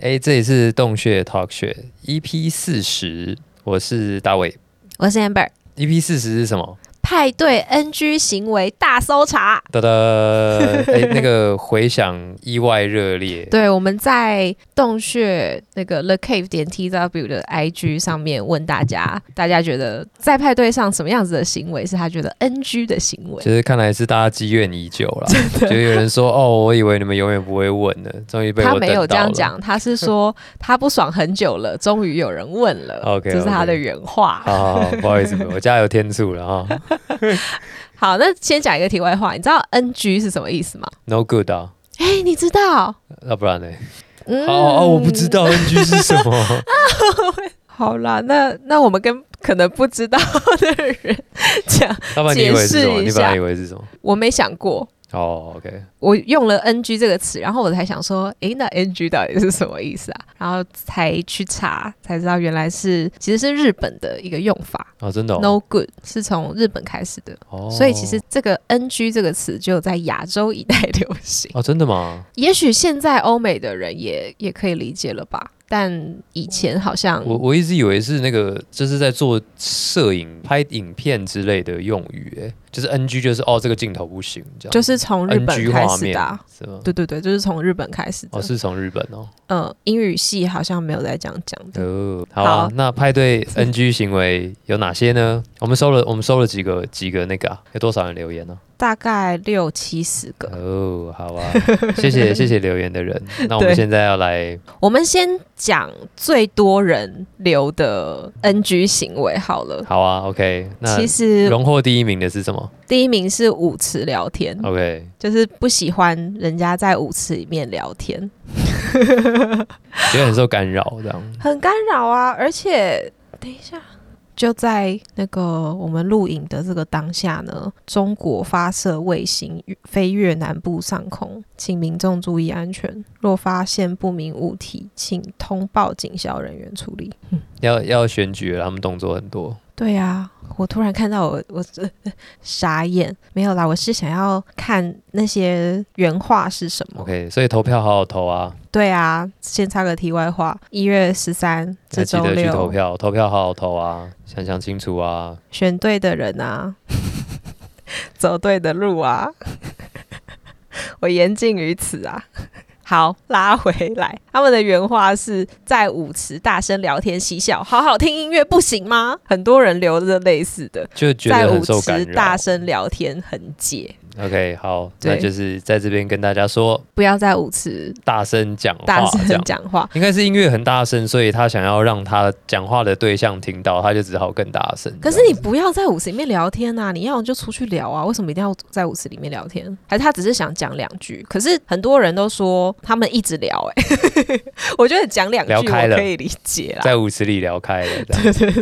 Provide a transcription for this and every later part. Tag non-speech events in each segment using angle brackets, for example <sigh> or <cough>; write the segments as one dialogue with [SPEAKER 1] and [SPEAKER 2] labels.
[SPEAKER 1] 哎，这里是洞穴 Talk 穴 EP 四十，我是大卫。
[SPEAKER 2] 我是 Amber。
[SPEAKER 1] EP 四十是什么？
[SPEAKER 2] 派对 NG 行为大搜查。
[SPEAKER 1] 哒哒，哎，那
[SPEAKER 2] <laughs>
[SPEAKER 1] 个回响意外热烈。
[SPEAKER 2] 对，我们在洞穴那个 The Cave 点 T W 的 IG 上面问大家，大家觉得在派对上什么样子的行为是他觉得 NG 的行为
[SPEAKER 1] 其？实看来是大家积怨已久啦，就有人说哦，我以为你们永远不会问的，终于被我
[SPEAKER 2] 他没
[SPEAKER 1] 等
[SPEAKER 2] 有这
[SPEAKER 1] 到
[SPEAKER 2] 样
[SPEAKER 1] 了。
[SPEAKER 2] 讲，他是
[SPEAKER 1] <laughs>
[SPEAKER 2] 说他不爽很久了，终于有人问了
[SPEAKER 1] OK，OK
[SPEAKER 2] 这是他的原话。
[SPEAKER 1] 好好好，不好意思，我家有天助了啊
[SPEAKER 2] 好，那先讲一个题外话，你知道 NG 是什么意思吗？
[SPEAKER 1] ，No good 啊，
[SPEAKER 2] 哎、你知道？
[SPEAKER 1] 要不然呢？
[SPEAKER 2] 嗯
[SPEAKER 1] 哦哦，我不知。道 NG 是什
[SPEAKER 2] <laughs>
[SPEAKER 1] 么。
[SPEAKER 2] 好啦，那那我们跟可能不知道的人讲，
[SPEAKER 1] 要不然你以为是什么？
[SPEAKER 2] 解释一
[SPEAKER 1] 你
[SPEAKER 2] 下
[SPEAKER 1] 本来以为是什么？
[SPEAKER 2] 我没想过。
[SPEAKER 1] 哦，OK，
[SPEAKER 2] 我用了 NG 这个词，然后我才想说，诶，那 NG 到底是什么意思啊？然后才去查，才知道原来是其实是日本的一个用法、
[SPEAKER 1] 哦，真的哦
[SPEAKER 2] n o good 是从日本开始的，
[SPEAKER 1] 哦
[SPEAKER 2] 所以其实这个 NG 这个词只有在亚洲一带流
[SPEAKER 1] <laughs>
[SPEAKER 2] 行。
[SPEAKER 1] 哦，真的吗？
[SPEAKER 2] 也许现在欧美的人也也可以理解了吧，但以前好像
[SPEAKER 1] 我我一直以为是那个，就是在做摄影、拍影片之类的用语，哎，就是 NG，就是哦，这个镜头不行，这样
[SPEAKER 2] 就是从日
[SPEAKER 1] NG
[SPEAKER 2] 本开
[SPEAKER 1] 画
[SPEAKER 2] 始
[SPEAKER 1] 面
[SPEAKER 2] 的啊、
[SPEAKER 1] 是吗？
[SPEAKER 2] 对对对，就是从日本开始的。
[SPEAKER 1] 哦，是从日本哦。
[SPEAKER 2] 嗯，英语系好像没有在这样讲的。
[SPEAKER 1] 哦，好啊
[SPEAKER 2] 好。
[SPEAKER 1] 那派对 NG 行为有哪些呢？我们收了，我们收了几个几个那个啊？有多少人留言呢、
[SPEAKER 2] 大概六七十个。
[SPEAKER 1] 哦，好啊，谢谢谢谢留言的
[SPEAKER 2] <laughs>
[SPEAKER 1] 人。那我们
[SPEAKER 2] 对
[SPEAKER 1] 现在要来
[SPEAKER 2] 我们先讲最多人留的 NG 行为好了。
[SPEAKER 1] 好啊，OK。那
[SPEAKER 2] 其实
[SPEAKER 1] 荣获第一名的是什么
[SPEAKER 2] 第一名是舞池聊天，
[SPEAKER 1] ？OK，
[SPEAKER 2] 就是不喜欢人家在舞池里面聊天，
[SPEAKER 1] 觉得很受干扰，这样。
[SPEAKER 2] 很干扰啊。而且等一下，就在那个我们录影的这个当下呢，中国发射卫星飞越南部上空，请民众注意安全。若发现不明物体，请通报警消人员处理。
[SPEAKER 1] 要要选举了，他们动作很多。
[SPEAKER 2] 对呀，我突然看到我我这傻眼，没有啦，我是想要看那些原话是什么。
[SPEAKER 1] OK，所以投票好好投啊，
[SPEAKER 2] 对啊，先插个题外话，一月十三
[SPEAKER 1] 要
[SPEAKER 2] 这
[SPEAKER 1] 记
[SPEAKER 2] 周
[SPEAKER 1] 得去投
[SPEAKER 2] 六
[SPEAKER 1] 票，投票好好投啊，想想清楚啊。
[SPEAKER 2] 选对的人啊， <laughs> 走对的路啊， <laughs> 我言尽于此啊。好，拉回来，他们的原话是在舞池大声聊天嬉笑，好好听音乐不行吗？很多人留着类似的，
[SPEAKER 1] 就觉
[SPEAKER 2] 在
[SPEAKER 1] 得很
[SPEAKER 2] 舞
[SPEAKER 1] 受干
[SPEAKER 2] 池
[SPEAKER 1] 扰
[SPEAKER 2] 大。声聊天很解，
[SPEAKER 1] OK，好，
[SPEAKER 2] 对
[SPEAKER 1] 那就是在这边跟大家说，
[SPEAKER 2] 不要在舞池
[SPEAKER 1] 大声讲话，
[SPEAKER 2] 大
[SPEAKER 1] 这
[SPEAKER 2] 声
[SPEAKER 1] 样。
[SPEAKER 2] 讲话。
[SPEAKER 1] 应该是音乐很大声，所以他想要让他讲话的对象听到，他就只好更大声。
[SPEAKER 2] 可是
[SPEAKER 1] 这样
[SPEAKER 2] 你不要在舞池里面聊天呐、你要就出去聊啊，为什么一定要在舞池里面聊天？还是他只是想讲两句？可是很多人都说他们一直聊、欸， <laughs> 哎，我觉得讲两句
[SPEAKER 1] 聊开了
[SPEAKER 2] 我可以理解啦。
[SPEAKER 1] 在舞池里聊开了，这
[SPEAKER 2] <laughs>
[SPEAKER 1] 样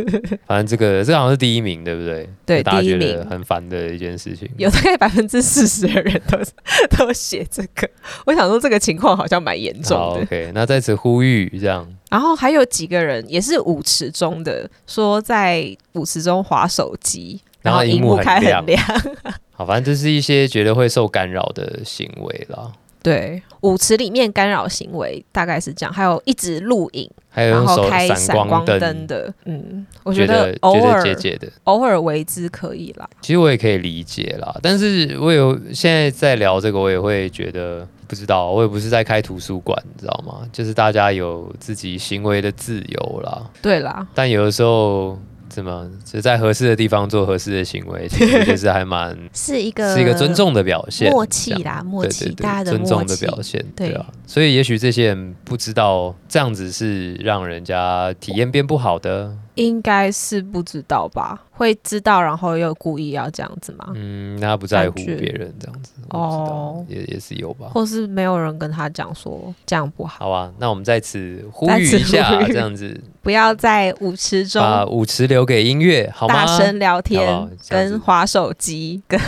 [SPEAKER 1] 反正这个这个好像是第一名，对不对？
[SPEAKER 2] 对
[SPEAKER 1] 就大家
[SPEAKER 2] 第一
[SPEAKER 1] 觉
[SPEAKER 2] 名
[SPEAKER 1] 得很烦的一件事情。
[SPEAKER 2] 有大概百分之四十的人都 <laughs> 都写这个，我想说这个情况好像蛮严重
[SPEAKER 1] 好
[SPEAKER 2] 的。
[SPEAKER 1] ，OK，那在此呼吁，这样
[SPEAKER 2] 然后还有几个人也是舞池中的，说在舞池中划手机，
[SPEAKER 1] 然后
[SPEAKER 2] 后
[SPEAKER 1] 荧
[SPEAKER 2] 荧
[SPEAKER 1] 幕
[SPEAKER 2] 幕开
[SPEAKER 1] 很亮
[SPEAKER 2] 很亮。
[SPEAKER 1] 好，反正就是一些觉得会受干扰的行为啦。
[SPEAKER 2] 对，舞池里面干扰行为大概是这样，还有一直录影，
[SPEAKER 1] 还有
[SPEAKER 2] 然
[SPEAKER 1] 用
[SPEAKER 2] 后
[SPEAKER 1] 手
[SPEAKER 2] 开闪
[SPEAKER 1] 光
[SPEAKER 2] 光
[SPEAKER 1] 灯，
[SPEAKER 2] 灯的，嗯，我
[SPEAKER 1] 觉
[SPEAKER 2] 觉
[SPEAKER 1] 得
[SPEAKER 2] 得偶尔
[SPEAKER 1] 姐姐的，
[SPEAKER 2] 偶尔为之可以啦。
[SPEAKER 1] 其实我也可以理解啦。但是我有现在在聊这个，我也会觉得不知道，我也不是在开图书馆，你知道吗？就是大家有自己行为的自由啦，
[SPEAKER 2] 对啦，
[SPEAKER 1] 但有的时候。怎么？就在合适的地方做合适的行为，其实就是还
[SPEAKER 2] <laughs>
[SPEAKER 1] 蛮
[SPEAKER 2] 是一个
[SPEAKER 1] 是一个尊重的表现，
[SPEAKER 2] 默契
[SPEAKER 1] 这样
[SPEAKER 2] 啦，默
[SPEAKER 1] 对
[SPEAKER 2] 契，
[SPEAKER 1] 对对
[SPEAKER 2] 大家的
[SPEAKER 1] 尊
[SPEAKER 2] 默
[SPEAKER 1] 重的
[SPEAKER 2] 契。
[SPEAKER 1] 表现，
[SPEAKER 2] 对
[SPEAKER 1] 对啊。所以也许这些人不知道这样子是让人家体验变不好的，
[SPEAKER 2] 应该是不知道吧？会知道，然后又故意要这样子吗？
[SPEAKER 1] 嗯，那他不在乎
[SPEAKER 2] 感觉
[SPEAKER 1] 别人这样子，哦
[SPEAKER 2] 哦，
[SPEAKER 1] 也也是有吧。
[SPEAKER 2] 或是没有人跟他讲说这样不好，
[SPEAKER 1] 好啊，那我们在此呼
[SPEAKER 2] 在
[SPEAKER 1] 吁
[SPEAKER 2] 此
[SPEAKER 1] 一下，
[SPEAKER 2] 呼吁
[SPEAKER 1] 这样子
[SPEAKER 2] 不要在舞池中
[SPEAKER 1] 把舞池留给音乐啊好吗
[SPEAKER 2] 大？声聊
[SPEAKER 1] 好
[SPEAKER 2] 天
[SPEAKER 1] 吧、这样子
[SPEAKER 2] 跟划手机、跟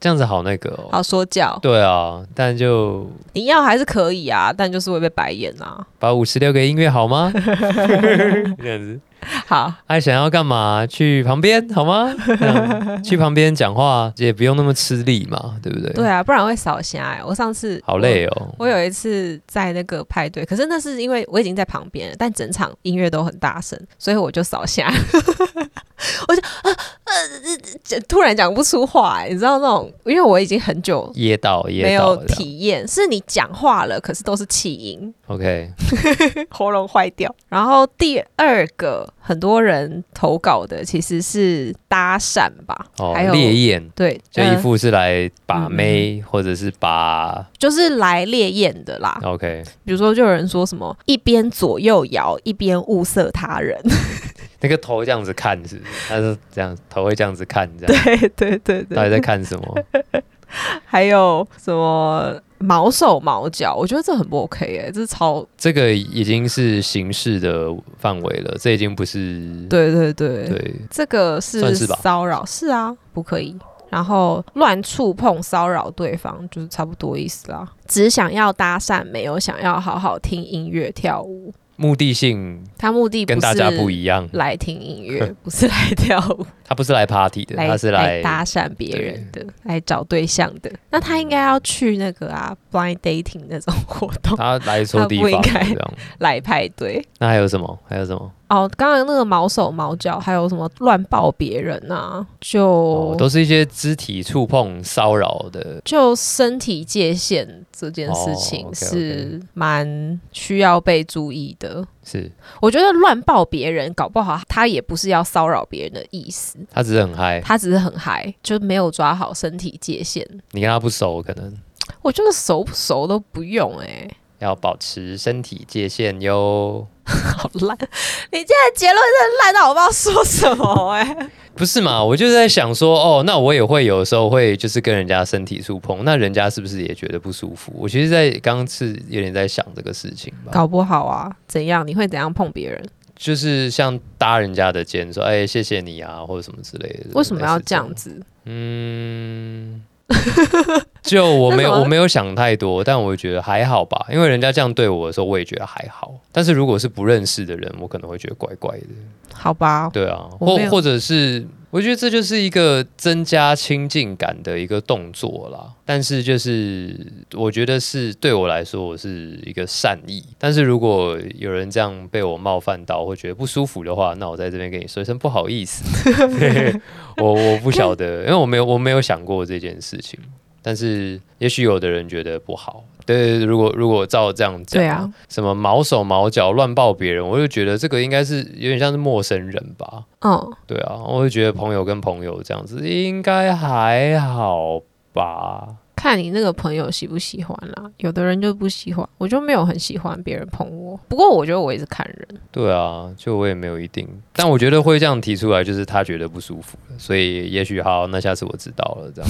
[SPEAKER 1] 这样子好那个哦。
[SPEAKER 2] 好说教。
[SPEAKER 1] 对啊，但就
[SPEAKER 2] 你要还是可以啊，但就是会被白眼啊。
[SPEAKER 1] <laughs> 把舞池留给音乐好吗？这样子
[SPEAKER 2] 好，
[SPEAKER 1] 还想要干嘛？去旁边好吗？这样去旁边讲话也不用那么吃力嘛，对不对？
[SPEAKER 2] 对啊，不然会少瞎、欸。我上次
[SPEAKER 1] 好累哦。
[SPEAKER 2] 我有一次在那个派对，可是那是因为我已经在旁边了，但整场音乐都很大声，所以我就扫下， <laughs> 我就啊呃呃，突然讲不出话、欸，你知道那种，因为我已经很久
[SPEAKER 1] 噎到
[SPEAKER 2] 没
[SPEAKER 1] 噎
[SPEAKER 2] 有
[SPEAKER 1] 到这样
[SPEAKER 2] 体验，是你讲话了，可是都是气音，
[SPEAKER 1] ，OK，
[SPEAKER 2] <laughs> 喉咙坏掉。然后第二个，很多人投稿的其实是搭讪吧，
[SPEAKER 1] 哦
[SPEAKER 2] 还，有嗯
[SPEAKER 1] 烈焰。
[SPEAKER 2] 对，
[SPEAKER 1] 就一
[SPEAKER 2] 呃
[SPEAKER 1] 副是来把妹，或者是把
[SPEAKER 2] 就是来烈焰的啦。
[SPEAKER 1] OK，
[SPEAKER 2] 比如说，就有人说什么一边左右摇，一边物色他人。 <laughs>
[SPEAKER 1] 那个头这样子看是不是，他是这样头会这样子看，这样
[SPEAKER 2] 对对对
[SPEAKER 1] 到底
[SPEAKER 2] 对，
[SPEAKER 1] 在看什
[SPEAKER 2] <laughs>
[SPEAKER 1] 么？
[SPEAKER 2] 还有什么毛手毛脚，我觉得这很不 OK 哎、这是超
[SPEAKER 1] 这个已经是形式的范围了，这已经不是
[SPEAKER 2] 对对对，
[SPEAKER 1] 对
[SPEAKER 2] 这个是
[SPEAKER 1] 算是吧
[SPEAKER 2] 骚扰，是啊，不可以。然后乱触碰、骚扰对方，就是差不多意思啦。只想要搭讪，没有想要好好听音乐跳舞。
[SPEAKER 1] 目的性
[SPEAKER 2] 他目的不
[SPEAKER 1] 跟
[SPEAKER 2] 是
[SPEAKER 1] 大家不一样， <laughs>
[SPEAKER 2] 来听音乐，不是来跳舞。
[SPEAKER 1] 他不是来 party 的，
[SPEAKER 2] 来
[SPEAKER 1] 他是来
[SPEAKER 2] 搭讪别人的，来找对象的。那他应该要去那个啊 blind dating 那种活
[SPEAKER 1] <laughs>
[SPEAKER 2] 动，
[SPEAKER 1] 他来错地
[SPEAKER 2] 他
[SPEAKER 1] 方
[SPEAKER 2] 不应该
[SPEAKER 1] 这样。
[SPEAKER 2] 来派对。
[SPEAKER 1] 那还有什么？还有什么？
[SPEAKER 2] 哦，刚刚那个毛手毛脚，还有什么乱抱别人啊，就、
[SPEAKER 1] 哦，都是一些肢体触碰骚扰的。
[SPEAKER 2] 就身体界限这件事
[SPEAKER 1] 哦
[SPEAKER 2] 情
[SPEAKER 1] ，OK，OK
[SPEAKER 2] 是蛮需要被注意的。
[SPEAKER 1] 是
[SPEAKER 2] 我觉得乱抱别人，搞不好他也不是要骚扰别人的意思，
[SPEAKER 1] 他只是很嗨，
[SPEAKER 2] 他只是很嗨，就没有抓好身体界限。
[SPEAKER 1] 你跟他不熟，可能
[SPEAKER 2] 我觉得熟不熟都不用哎、
[SPEAKER 1] 要保持身体界限哟。
[SPEAKER 2] 好烂！你现在结论真的烂到我不知道说什 <laughs> 么哎、
[SPEAKER 1] 不是嘛？我就在想说，哦，那我也会有时候会就是跟人家身体触碰，那人家是不是也觉得不舒服？我其实在刚刚是有点在想这个事情吧，
[SPEAKER 2] 搞不好啊，怎样？你会怎样碰别人？
[SPEAKER 1] 就是像搭人家的肩说，哎，谢谢你啊，或者什么之类的。
[SPEAKER 2] 为什么要这
[SPEAKER 1] 类
[SPEAKER 2] 样
[SPEAKER 1] 似
[SPEAKER 2] 子？
[SPEAKER 1] 这种？嗯，就我
[SPEAKER 2] <laughs>
[SPEAKER 1] 没有
[SPEAKER 2] 那怎
[SPEAKER 1] 我
[SPEAKER 2] 么
[SPEAKER 1] 没有想太多，但我觉得还好吧，因为人家这样对我的时候，我也觉得还好。但是如果是不认识的人，我可能会觉得怪怪的。
[SPEAKER 2] 好吧，
[SPEAKER 1] 对啊，
[SPEAKER 2] 我
[SPEAKER 1] 或
[SPEAKER 2] 没有
[SPEAKER 1] 或者是，我觉得这就是一个增加亲近感的一个动作啦。但是就是，我觉得是对我来说，我是一个善意。但是如果有人这样被我冒犯到，会觉得不舒服的话，那我在这边跟你说一声不好意
[SPEAKER 2] <laughs>
[SPEAKER 1] 思。 <laughs> 我我不晓得，因为我没有我没有想过这件事情。但是也许有的人觉得不好，对对对，如果如果照这样讲，
[SPEAKER 2] 对啊，
[SPEAKER 1] 什么毛手毛脚乱抱别人，我就觉得这个应该是有点像是陌生人吧。
[SPEAKER 2] 嗯，
[SPEAKER 1] 对啊，我就觉得朋友跟朋友这样子应该还好吧。
[SPEAKER 2] 看你那个朋友喜不喜欢啦、有的人就不喜欢，我就没有很喜欢别人碰我。不过我觉得我也是看人，
[SPEAKER 1] 对啊，就我也没有一定，但我觉得会这样提出来，就是他觉得不舒服了，所以也许好，那下次我知道了，这样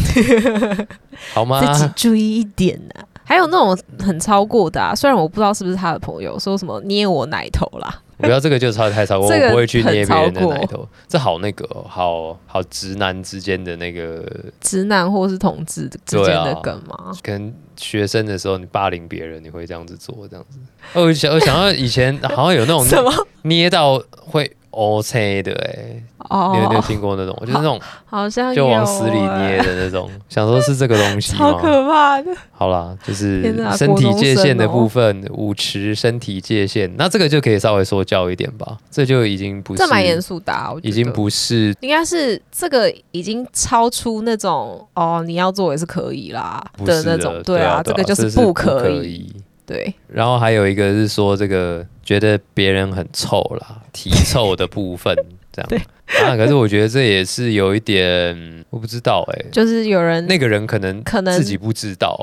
[SPEAKER 1] 子
[SPEAKER 2] <laughs>
[SPEAKER 1] 好吗？
[SPEAKER 2] 自己注意一点呐、还有那种很超过的、啊，虽然我不知道是不是他的朋友，说什么捏我奶头啦，
[SPEAKER 1] <laughs> 我不要这个就超太超过，
[SPEAKER 2] 这个
[SPEAKER 1] 我不会去捏别人的
[SPEAKER 2] 很超过
[SPEAKER 1] 奶头，这好那个哦、好好直男之间的那个，
[SPEAKER 2] 直男或是同志之
[SPEAKER 1] 对
[SPEAKER 2] 间
[SPEAKER 1] 啊
[SPEAKER 2] 的梗吗？
[SPEAKER 1] 可能学生的时候你霸凌别人，你会这样子做，这样子。哦，我想我想到以前 <laughs> 好像有那种
[SPEAKER 2] 什么？
[SPEAKER 1] 捏到会 O C 的、欸，哎、你有你有
[SPEAKER 2] 哦，哎
[SPEAKER 1] 听过那种？就是那种
[SPEAKER 2] 好像
[SPEAKER 1] 就往
[SPEAKER 2] 有
[SPEAKER 1] 死里
[SPEAKER 2] 欸
[SPEAKER 1] 捏的那种，想说是这个东西
[SPEAKER 2] 超
[SPEAKER 1] 吗？
[SPEAKER 2] 可怕的。
[SPEAKER 1] 好啦，就是
[SPEAKER 2] 天哪
[SPEAKER 1] 身体界限的
[SPEAKER 2] 国中生哦
[SPEAKER 1] 部分，舞池身体界限，那这个就可以稍微说教一点吧，这就已经不是
[SPEAKER 2] 这蛮严肃的、啊，我觉得
[SPEAKER 1] 已经不是
[SPEAKER 2] 应该是这个已经超出那种哦，你要做也是可以啦
[SPEAKER 1] 不
[SPEAKER 2] 的
[SPEAKER 1] 是
[SPEAKER 2] 那
[SPEAKER 1] 的
[SPEAKER 2] 种，
[SPEAKER 1] 对
[SPEAKER 2] 啊，
[SPEAKER 1] 这
[SPEAKER 2] 个就是不
[SPEAKER 1] 可
[SPEAKER 2] 可以，对，
[SPEAKER 1] 然后还有一个是说这个觉得别人很臭啦，
[SPEAKER 2] <laughs>
[SPEAKER 1] 体臭的部分这样
[SPEAKER 2] 对。
[SPEAKER 1] 啊，可是我觉得这也是有一点，我不知道哎、
[SPEAKER 2] 就是有人
[SPEAKER 1] 那个人可能
[SPEAKER 2] 嗯可能
[SPEAKER 1] 自己不知道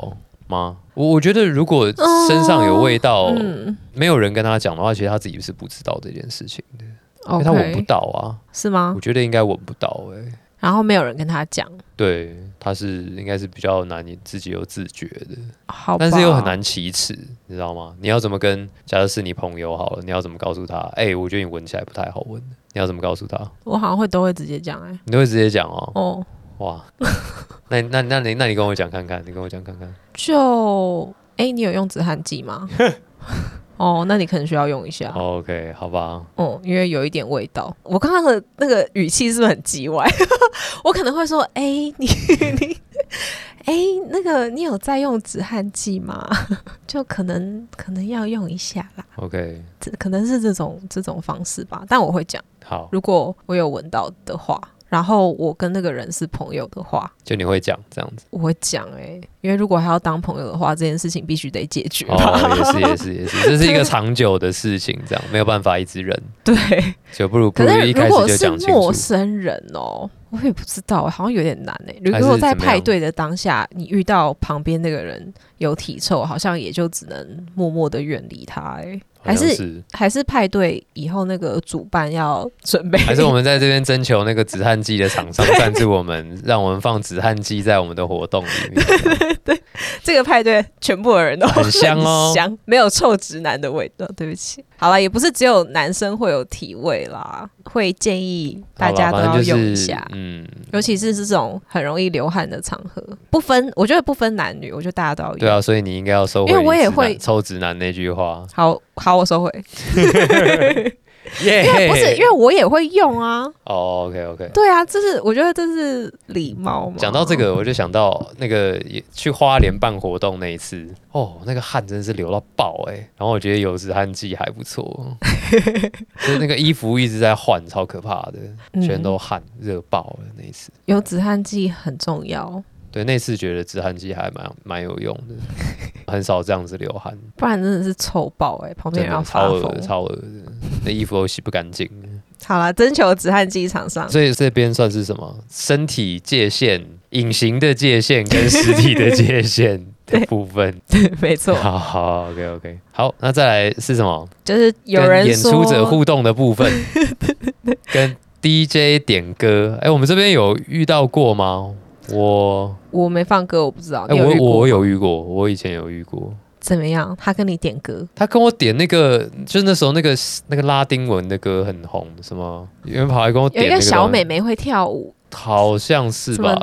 [SPEAKER 1] 吗？我我觉得如果身上有味道，
[SPEAKER 2] 哦嗯
[SPEAKER 1] 没有人跟他讲的话，其实他自己是不知道这件事情的，因为他闻不
[SPEAKER 2] ，OK，
[SPEAKER 1] 到啊。
[SPEAKER 2] 是吗
[SPEAKER 1] 我？觉得应该闻不到哎、
[SPEAKER 2] 然后没有人跟他讲，
[SPEAKER 1] 对，他是应该是比较难以自己有自觉的。
[SPEAKER 2] 好，
[SPEAKER 1] 但是又很，难启齿，你知道吗？你要怎么跟？假如是你朋友好了，你要怎么告诉他？哎、我觉得你闻起来不太好闻。你要怎么告诉他？
[SPEAKER 2] 我好像会都会直接讲，哎，
[SPEAKER 1] 你都会直接讲哦。
[SPEAKER 2] 哦，
[SPEAKER 1] 哇， <laughs> 那那那你那你跟我讲看看，你跟我讲看看。 <laughs>
[SPEAKER 2] 就哎，你有用止汗剂吗？哦，那你可能需要用一下。
[SPEAKER 1] OK，好吧，
[SPEAKER 2] 哦，因为有一点味道。我刚刚的那个语气是不是很叽歪？ <laughs> 我可能会说：“哎、你你，哎、那个你有在用止汗剂吗？就可能可能要用一下啦，
[SPEAKER 1] ，OK，
[SPEAKER 2] 这可能是这种这种方式吧。但我会讲，
[SPEAKER 1] 好，
[SPEAKER 2] 如果我有闻到的话，然后我跟那个人是朋友的话，
[SPEAKER 1] 就你会讲这样
[SPEAKER 2] <laughs>
[SPEAKER 1] 子。
[SPEAKER 2] 我会讲哎、因为如果还要当朋友的话，这件事情必须得解决
[SPEAKER 1] 哦
[SPEAKER 2] 吧。，
[SPEAKER 1] 也是也是也是，这是一个长久的事情，这样没有办法一直忍，
[SPEAKER 2] <laughs> 对。
[SPEAKER 1] 就不如不
[SPEAKER 2] 可
[SPEAKER 1] 如
[SPEAKER 2] 是
[SPEAKER 1] 一
[SPEAKER 2] 如
[SPEAKER 1] 开始
[SPEAKER 2] 果
[SPEAKER 1] 就是讲清楚
[SPEAKER 2] 陌。生人哦，我也不知道，好像有点难哎。如
[SPEAKER 1] 哦还是
[SPEAKER 2] 果如果在
[SPEAKER 1] 怎么样
[SPEAKER 2] 派对的当下，你遇到旁边那个人有体臭，好像也就只能默默的远离他哎。
[SPEAKER 1] 好像
[SPEAKER 2] 还是
[SPEAKER 1] 是
[SPEAKER 2] 还是派对以后那个主办要准备，
[SPEAKER 1] 还是我们在这边征求那个止汗剂的厂商赞助我
[SPEAKER 2] <laughs>
[SPEAKER 1] 们，让我们放止汗剂在我们的活动里面。
[SPEAKER 2] <laughs> 这个派对全部的人都
[SPEAKER 1] 很香哦
[SPEAKER 2] 很 <laughs> 香，没有臭直男的味道。对不起，好了，也不是只有男生会有体味啦，会建议大家
[SPEAKER 1] 好
[SPEAKER 2] 都
[SPEAKER 1] 吧
[SPEAKER 2] 要
[SPEAKER 1] 反正
[SPEAKER 2] 用
[SPEAKER 1] 就
[SPEAKER 2] 一
[SPEAKER 1] 是
[SPEAKER 2] 下。
[SPEAKER 1] 嗯，
[SPEAKER 2] 尤其是这种很容易流汗的场合，不分，我觉得不分男女，我觉得大家都要用。
[SPEAKER 1] 对啊，所以你应该要收回
[SPEAKER 2] 因为我
[SPEAKER 1] 你
[SPEAKER 2] 也
[SPEAKER 1] 直男
[SPEAKER 2] 会
[SPEAKER 1] 抽直男那句话，
[SPEAKER 2] 好好，我收回，
[SPEAKER 1] 耶、
[SPEAKER 2] 因为不是因为我也会用啊，
[SPEAKER 1] 哦，OK OK。
[SPEAKER 2] 对啊，这是我觉得这是礼貌嘛。
[SPEAKER 1] 讲到这，个，我就想到那个也去花莲办活动那一次，哦，那个汗真是流到爆哎、然后我觉得有止汗剂还不
[SPEAKER 2] <laughs>
[SPEAKER 1] 错，就是那个衣服一直在换，超可怕的，全都汗热爆了那一次。
[SPEAKER 2] 嗯有止汗剂很重要，
[SPEAKER 1] 对，那次觉得止汗剂还蛮蛮有用的，很少这样子流汗，
[SPEAKER 2] 不然真的是臭爆哎、旁边
[SPEAKER 1] 真
[SPEAKER 2] 人要
[SPEAKER 1] 的
[SPEAKER 2] 发
[SPEAKER 1] 啊超恶
[SPEAKER 2] 疯。
[SPEAKER 1] 超恶 <laughs> 的，那衣服都洗不干净。
[SPEAKER 2] 好啦，征求止汗剂厂商，
[SPEAKER 1] 所以这边算是什么？身体界限、隐形的界限跟实体的界
[SPEAKER 2] <laughs>
[SPEAKER 1] 限的部分。
[SPEAKER 2] 没错，
[SPEAKER 1] 好好，OK OK。好，那再来是什么？
[SPEAKER 2] 就是有
[SPEAKER 1] 跟
[SPEAKER 2] 人
[SPEAKER 1] 演
[SPEAKER 2] 说
[SPEAKER 1] 出者互动的部
[SPEAKER 2] <laughs>
[SPEAKER 1] 分，跟 DJ 点歌。哎、我们这边有遇到过吗？我
[SPEAKER 2] 我没放歌，我不知道，
[SPEAKER 1] 哎、
[SPEAKER 2] 哦你有遇
[SPEAKER 1] 我
[SPEAKER 2] 过
[SPEAKER 1] 我有遇过，我以前有遇过。
[SPEAKER 2] 怎么样？他跟你点歌，
[SPEAKER 1] 他跟我点那个，就是那时候那个那个拉丁文的歌很红，什么有人跑来跟我
[SPEAKER 2] 有
[SPEAKER 1] 点
[SPEAKER 2] 一
[SPEAKER 1] 那
[SPEAKER 2] 个小
[SPEAKER 1] 东西
[SPEAKER 2] 美，眉会跳舞，
[SPEAKER 1] 好像是吧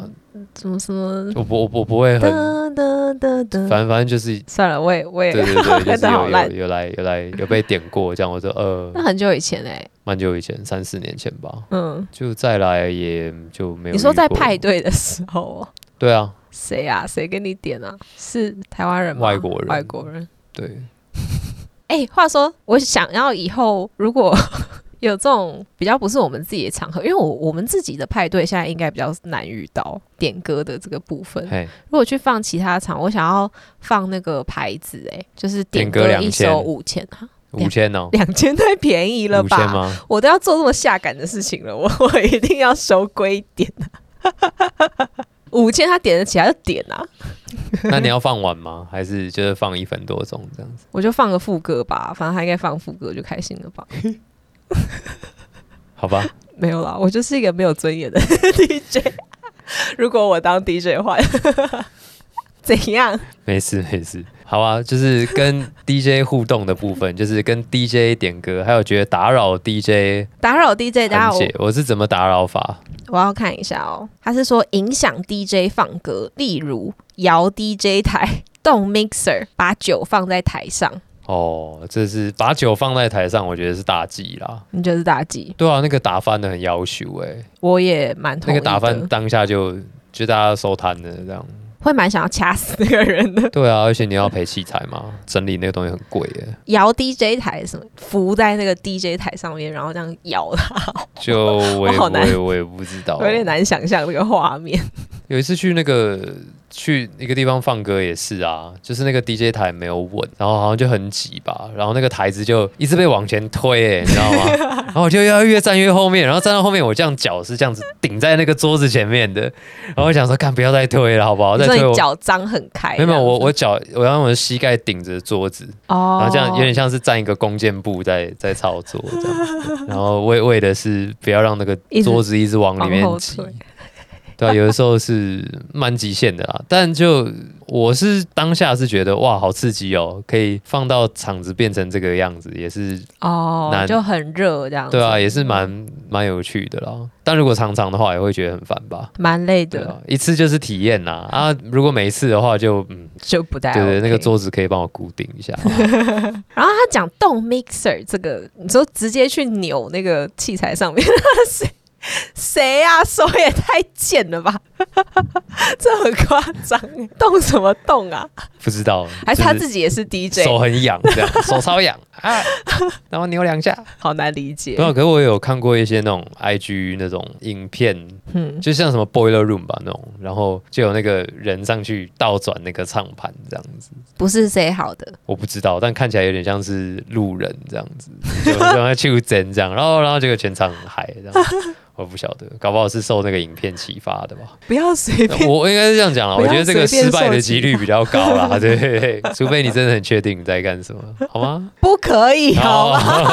[SPEAKER 2] 什？什么什么
[SPEAKER 1] 我不我不我不会
[SPEAKER 2] 哒
[SPEAKER 1] 很，
[SPEAKER 2] 哒哒哒。
[SPEAKER 1] 反正反正就是
[SPEAKER 2] 算了，我也我也
[SPEAKER 1] 对对对，就
[SPEAKER 2] 真
[SPEAKER 1] 是
[SPEAKER 2] 的好
[SPEAKER 1] 有有
[SPEAKER 2] 烂
[SPEAKER 1] 有来有来有被点过，这样我说呃
[SPEAKER 2] <laughs> 那，很久以前哎、
[SPEAKER 1] 蛮久以前，三四年前吧，
[SPEAKER 2] 嗯，
[SPEAKER 1] 就再来也就没有。
[SPEAKER 2] 你说在派？对的时候哦，
[SPEAKER 1] 对啊，
[SPEAKER 2] 谁啊？谁给你点啊？是台湾人吗？
[SPEAKER 1] 外国人
[SPEAKER 2] 外国人。
[SPEAKER 1] 对，
[SPEAKER 2] 嗯哎、话说，我想要以后如果 <laughs> 有这种比较不是我们自己的场合，因为我我们自己的派对现在应该比较难遇到点歌的这个部分。
[SPEAKER 1] 嘿，
[SPEAKER 2] 如果去放其他场，我想要放那个牌子、哎，就是
[SPEAKER 1] 点
[SPEAKER 2] 点
[SPEAKER 1] 歌
[SPEAKER 2] 一
[SPEAKER 1] 2000
[SPEAKER 2] 首五千啊，
[SPEAKER 1] 五千哦，
[SPEAKER 2] 两千太便宜了
[SPEAKER 1] 五千
[SPEAKER 2] 吧？
[SPEAKER 1] 吗？
[SPEAKER 2] 我都要做这么下感的事情了，我我一定要收归一点啊。五千他点得起来就点啊，
[SPEAKER 1] 那你要放晚吗？还是就是放一分多钟这样子？
[SPEAKER 2] 我就放个副歌吧，反正他应该放副歌，我就开心了吧？
[SPEAKER 1] 好吧，
[SPEAKER 2] 没有啦，我就是一个没有尊严的 <laughs> DJ。如果我当 DJ 的话，怎样？
[SPEAKER 1] 没事没事，好啊，就是跟 <laughs> DJ 互动的部分，就是跟 DJ 点歌，还有觉得打扰 DJ
[SPEAKER 2] 打扰 DJ，大家
[SPEAKER 1] 很
[SPEAKER 2] 我
[SPEAKER 1] 解，我是怎么打扰法？
[SPEAKER 2] 我要看一下哦。他是说影响 DJ 放歌，例如摇 DJ 台、动 mixer，把酒放在台上，
[SPEAKER 1] 哦，这是把酒放在台上，我觉得是大忌啦。
[SPEAKER 2] 你就是大忌。
[SPEAKER 1] 对啊，那个打翻的很要求哎、
[SPEAKER 2] 我也蛮同
[SPEAKER 1] 那
[SPEAKER 2] 意
[SPEAKER 1] 个
[SPEAKER 2] 的，
[SPEAKER 1] 打翻当下就就大家收摊了这样。
[SPEAKER 2] 会蛮想要掐死那个人的。
[SPEAKER 1] 对啊，而且你要赔器材嘛，整理那个东西很贵欸耶，
[SPEAKER 2] <laughs> 摇 DJ 台什么，浮在那个 DJ 台上面，然后这样摇他，
[SPEAKER 1] 就
[SPEAKER 2] <laughs>
[SPEAKER 1] 我也
[SPEAKER 2] 好
[SPEAKER 1] 我
[SPEAKER 2] 难
[SPEAKER 1] 也我也不知道，
[SPEAKER 2] 我有点。难想象这个画面。
[SPEAKER 1] 有一次去那个去一个地方放歌也是啊，就是那个 DJ 台没有稳，然后好像就很挤吧，然后那个台子就一直被往前推、欸，你知道
[SPEAKER 2] <laughs>
[SPEAKER 1] 吗？然后我就要越站越后面，然后站到后面我这样脚是这样子顶在那个桌子前面的，然后我想说，干不要再推了，好不好？
[SPEAKER 2] 你
[SPEAKER 1] 再
[SPEAKER 2] 说
[SPEAKER 1] 推
[SPEAKER 2] 你
[SPEAKER 1] 我。
[SPEAKER 2] 脚张很开，
[SPEAKER 1] 没有没有，我
[SPEAKER 2] 这样子
[SPEAKER 1] 我脚我让我的膝盖顶着桌子，
[SPEAKER 2] 哦，
[SPEAKER 1] 然后这样有点像是站一个弓箭步在在操作
[SPEAKER 2] <laughs>
[SPEAKER 1] 这样子，然后为为的是不要让那个
[SPEAKER 2] 一直
[SPEAKER 1] 桌子一直往里面
[SPEAKER 2] 往后
[SPEAKER 1] 挤
[SPEAKER 2] 退，
[SPEAKER 1] 对、啊，有的时候是蛮极限的啦。但就我是当下是觉得哇，好刺激哦，可以放到场子变成这个样子，也是
[SPEAKER 2] 哦
[SPEAKER 1] 那，
[SPEAKER 2] 就很热这样子。
[SPEAKER 1] 对啊，也是蛮蛮有趣的啦。但如果常常的话，也会觉得很烦吧。
[SPEAKER 2] 蛮累
[SPEAKER 1] 对
[SPEAKER 2] 的，
[SPEAKER 1] 啊，一次就是体验呐啊！如果每一次的话就，嗯，
[SPEAKER 2] 就不带、
[SPEAKER 1] 对对，那个
[SPEAKER 2] OK
[SPEAKER 1] 桌子可以帮我固定一
[SPEAKER 2] <laughs>
[SPEAKER 1] 下。
[SPEAKER 2] 然后他讲动 mixer 这个，你说直接去扭那个器材上面， <laughs> 谁谁啊，手也太贱了吧， <laughs> 这很夸张欸，动什么动啊？
[SPEAKER 1] 不知道，
[SPEAKER 2] 还是他自
[SPEAKER 1] 己
[SPEAKER 2] 己也是 DJ，
[SPEAKER 1] 手很痒，这样手超痒
[SPEAKER 2] <laughs>
[SPEAKER 1] 啊，然后扭两下。
[SPEAKER 2] 好难理解
[SPEAKER 1] 对。啊，可是我有看过一些那种 IG 那种影片，
[SPEAKER 2] 嗯，
[SPEAKER 1] 就像什么 Boiler Room 吧那种，然后就有那个人上去倒转那个唱盘这样子。
[SPEAKER 2] 不是谁好的，
[SPEAKER 1] 我不知道，但看起来有点像是路人这样子，就让他去整这样，然后然后结果全场很嗨这样。我不晓得，搞不好是受那个影片启发的吧。
[SPEAKER 2] <laughs> 不要随便。
[SPEAKER 1] 我我应该是这样讲啊，
[SPEAKER 2] 不
[SPEAKER 1] 我
[SPEAKER 2] 要
[SPEAKER 1] 觉得这个
[SPEAKER 2] 随便
[SPEAKER 1] 失败
[SPEAKER 2] 受
[SPEAKER 1] 的
[SPEAKER 2] 启
[SPEAKER 1] 几率比较高啦， <laughs> 对对对，除非你真的很确定你在干什么，好吗？
[SPEAKER 2] 不可以 <laughs> 好啊吗？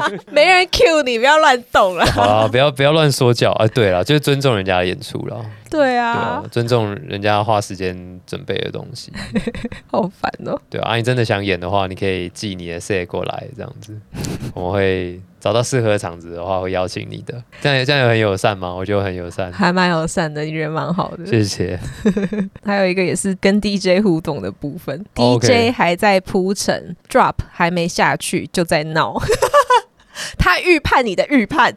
[SPEAKER 1] 好，
[SPEAKER 2] 没人 cue 你，不要乱动了。
[SPEAKER 1] <laughs> 好啊啦不要不要乱说教啊！对了，就是尊重人家的演出啦，
[SPEAKER 2] <laughs> 对
[SPEAKER 1] 对
[SPEAKER 2] 啊
[SPEAKER 1] 啊，，尊重人家花时间准备的东西，
[SPEAKER 2] 好烦哦。
[SPEAKER 1] 对啊。啊你真的想演的话，你可以寄你的 set 过来，这样子，我们会找到适合的场子的话，会邀请你的。这样这样有很友善吗？我觉得很友善，
[SPEAKER 2] 还蛮友善的，你人蛮好的。
[SPEAKER 1] 谢谢。
[SPEAKER 2] 还有一个也是跟 DJ 互动的部分
[SPEAKER 1] OK
[SPEAKER 2] ，DJ 还在铺陈，Drop 还没下去就在闹， <laughs> 他预判你的预判，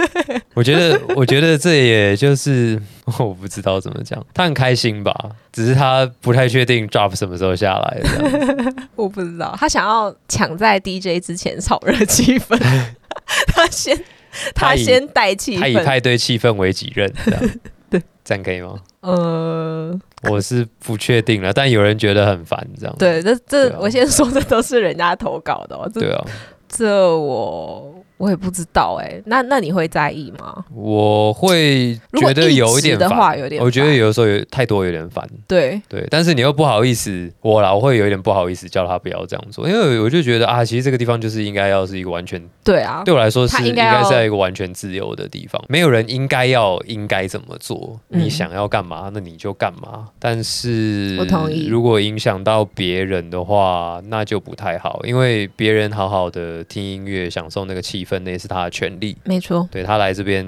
[SPEAKER 2] <laughs>
[SPEAKER 1] 我觉得，我觉得这也就是 <laughs> 我不知道怎么讲，他很开心吧，只是他不太确定 drop 什么时候下来这样
[SPEAKER 2] 我不知道他想要抢在 DJ 之前炒热气 <laughs> 氛，他先 <laughs> 他
[SPEAKER 1] 他以
[SPEAKER 2] 先带气
[SPEAKER 1] 他以
[SPEAKER 2] 氛，
[SPEAKER 1] 派对气氛为己任，这样
[SPEAKER 2] <laughs> 对，
[SPEAKER 1] 这样可以吗？
[SPEAKER 2] 呃，
[SPEAKER 1] 我是不确定了，但有人觉得很烦，这样
[SPEAKER 2] 对，这这、
[SPEAKER 1] 对啊
[SPEAKER 2] 我先说，这都是人家投稿的、哦，这
[SPEAKER 1] 对啊，
[SPEAKER 2] 这我我也不知道哎、那那你会在意吗？
[SPEAKER 1] 我会
[SPEAKER 2] 如果
[SPEAKER 1] 觉得有一点
[SPEAKER 2] 一直的
[SPEAKER 1] 烦，
[SPEAKER 2] 话有点
[SPEAKER 1] 我觉得
[SPEAKER 2] 烦
[SPEAKER 1] 有的时候有太多有点烦，
[SPEAKER 2] 对，
[SPEAKER 1] 对，但是你又不好意思我啦，我会有一点不好意思叫他不要这样做，因为我就觉得啊，其实这个地方就是应该要是一个完全
[SPEAKER 2] 对啊，
[SPEAKER 1] 对我来说是
[SPEAKER 2] 他应
[SPEAKER 1] 应
[SPEAKER 2] 该要
[SPEAKER 1] 该是在一个完全自由的地方，没有人应该要应该怎么做，
[SPEAKER 2] 嗯
[SPEAKER 1] 你想要干嘛那你就干嘛。但是
[SPEAKER 2] 我同意
[SPEAKER 1] 如果影响到别人的话，那就不太好，因为别人好好的听音乐，享受那个气氛，那也是他的权利。
[SPEAKER 2] 没错，
[SPEAKER 1] 对他来这边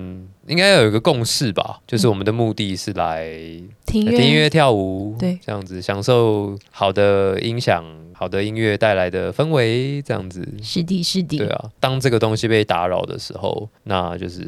[SPEAKER 1] 应该要有一个共识吧，就是我们的目的是来呃
[SPEAKER 2] 听
[SPEAKER 1] 听
[SPEAKER 2] 嗯乐
[SPEAKER 1] 音乐、跳舞，
[SPEAKER 2] 对，
[SPEAKER 1] 这样子享受好的音响、好的音乐带来的氛围，这样子。
[SPEAKER 2] 是的，是的，
[SPEAKER 1] 对啊，当这个东西被打扰的时候，那就是、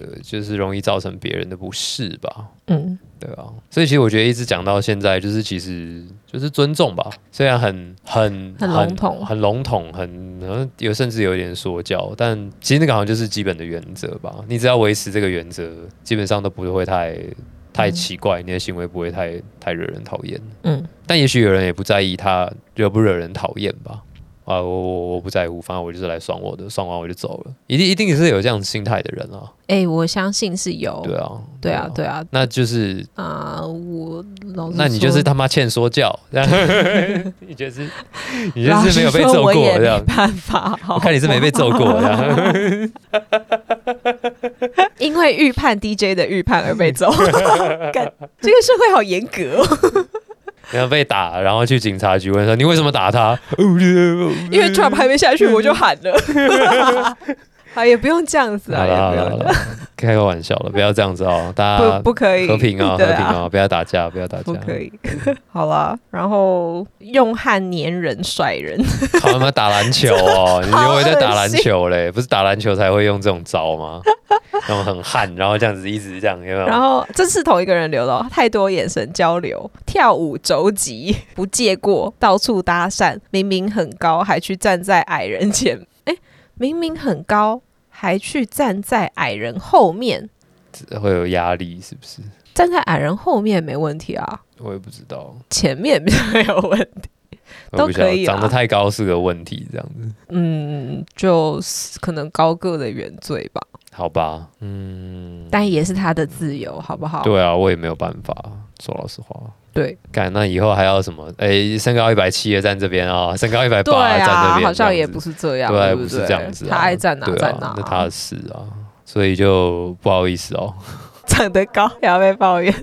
[SPEAKER 1] 呃就是容易造成别人的不适吧。
[SPEAKER 2] 嗯。
[SPEAKER 1] 对啊，所以其实我觉得一直讲到现在，就是其实就是尊重吧，虽然很很
[SPEAKER 2] 很笼统
[SPEAKER 1] 很笼统，很好像有甚至有一点说教，但其实那个好像就是基本的原则吧。你只要维持这个原则，基本上都不会太太
[SPEAKER 2] 嗯
[SPEAKER 1] 奇怪，你的行为不会太太惹人讨厌。
[SPEAKER 2] 嗯，
[SPEAKER 1] 但也许有人也不在意他惹不惹人讨厌吧。啊，我我我不在乎，反正我就是来爽我的，爽完我就走了。一定一定是有这样心态的人啊，
[SPEAKER 2] 哎、我相信是有，
[SPEAKER 1] 对啊，
[SPEAKER 2] 对啊，对啊，
[SPEAKER 1] 那就是
[SPEAKER 2] 啊、我老实
[SPEAKER 1] 那你就是
[SPEAKER 2] 说
[SPEAKER 1] 他妈欠说教，这
[SPEAKER 2] <laughs>
[SPEAKER 1] 样你就是你就
[SPEAKER 2] 老
[SPEAKER 1] 是
[SPEAKER 2] 实
[SPEAKER 1] 没有被
[SPEAKER 2] 说
[SPEAKER 1] 揍
[SPEAKER 2] 我
[SPEAKER 1] 过
[SPEAKER 2] 也
[SPEAKER 1] 这样
[SPEAKER 2] 没。办法，好
[SPEAKER 1] 我看你是没被揍过这
[SPEAKER 2] <laughs>
[SPEAKER 1] 样，
[SPEAKER 2] 因为预判 DJ 的预判而
[SPEAKER 1] <laughs>
[SPEAKER 2] 被揍，干这个社会好严格、哦，
[SPEAKER 1] 然后被打，然后去警察局问说你为什么打他？因
[SPEAKER 2] 因为 Trump 还没下去我就喊
[SPEAKER 1] <laughs>
[SPEAKER 2] 了， <laughs> 好也不用这样子啊，
[SPEAKER 1] 好
[SPEAKER 2] 也
[SPEAKER 1] 了好
[SPEAKER 2] 不
[SPEAKER 1] 了好
[SPEAKER 2] 用这
[SPEAKER 1] 了
[SPEAKER 2] 样，，
[SPEAKER 1] 开个玩笑了，不要这样子哦，大家
[SPEAKER 2] 不不可以
[SPEAKER 1] 和平哦，和
[SPEAKER 2] <laughs> 对
[SPEAKER 1] 平
[SPEAKER 2] 啊，
[SPEAKER 1] 哦，不要打架，不要打
[SPEAKER 2] 不
[SPEAKER 1] 架，
[SPEAKER 2] 可以， <laughs> 好啦，然后用汉粘人甩人，
[SPEAKER 1] 他妈打篮球哦，你以为在打篮
[SPEAKER 2] 恶心
[SPEAKER 1] 球嘞？不是打篮球才会用这种招吗？那种很悍，然后这样子一直这样，有没有？
[SPEAKER 2] 然后这是同一个人留的哦，太多眼神交流，跳舞肘击不借过，到处搭讪，明明很高还去站在矮人前， <laughs> 哎，明明很高还去站在矮人后面，
[SPEAKER 1] 会有压力是不是？
[SPEAKER 2] 站在矮人后面没问题啊，
[SPEAKER 1] 我也不知道，
[SPEAKER 2] 前面比较有问题， <laughs>
[SPEAKER 1] 我不晓得
[SPEAKER 2] 都可以啦
[SPEAKER 1] 长得太高是个问题，这样子，
[SPEAKER 2] 嗯，就是可能高个的原罪吧，
[SPEAKER 1] 好吧？嗯，
[SPEAKER 2] 但也是他的自由，好不好？
[SPEAKER 1] 对啊，我也没有办法，说老实话。
[SPEAKER 2] 对
[SPEAKER 1] 干，那以后还要什么？哎、身高一百七的站这边啊、身高一百
[SPEAKER 2] 对
[SPEAKER 1] 八站这
[SPEAKER 2] 啊，
[SPEAKER 1] 边，
[SPEAKER 2] 好像也
[SPEAKER 1] 这样子
[SPEAKER 2] 不是这样，
[SPEAKER 1] 对，
[SPEAKER 2] 不
[SPEAKER 1] 不是这样子、啊，
[SPEAKER 2] 他爱站哪
[SPEAKER 1] 对
[SPEAKER 2] <laughs> 站
[SPEAKER 1] 啊
[SPEAKER 2] 哪，
[SPEAKER 1] 那他的事啊，所以就不好意思哦。
[SPEAKER 2] 长得高也要被抱
[SPEAKER 1] 嗯
[SPEAKER 2] 怨。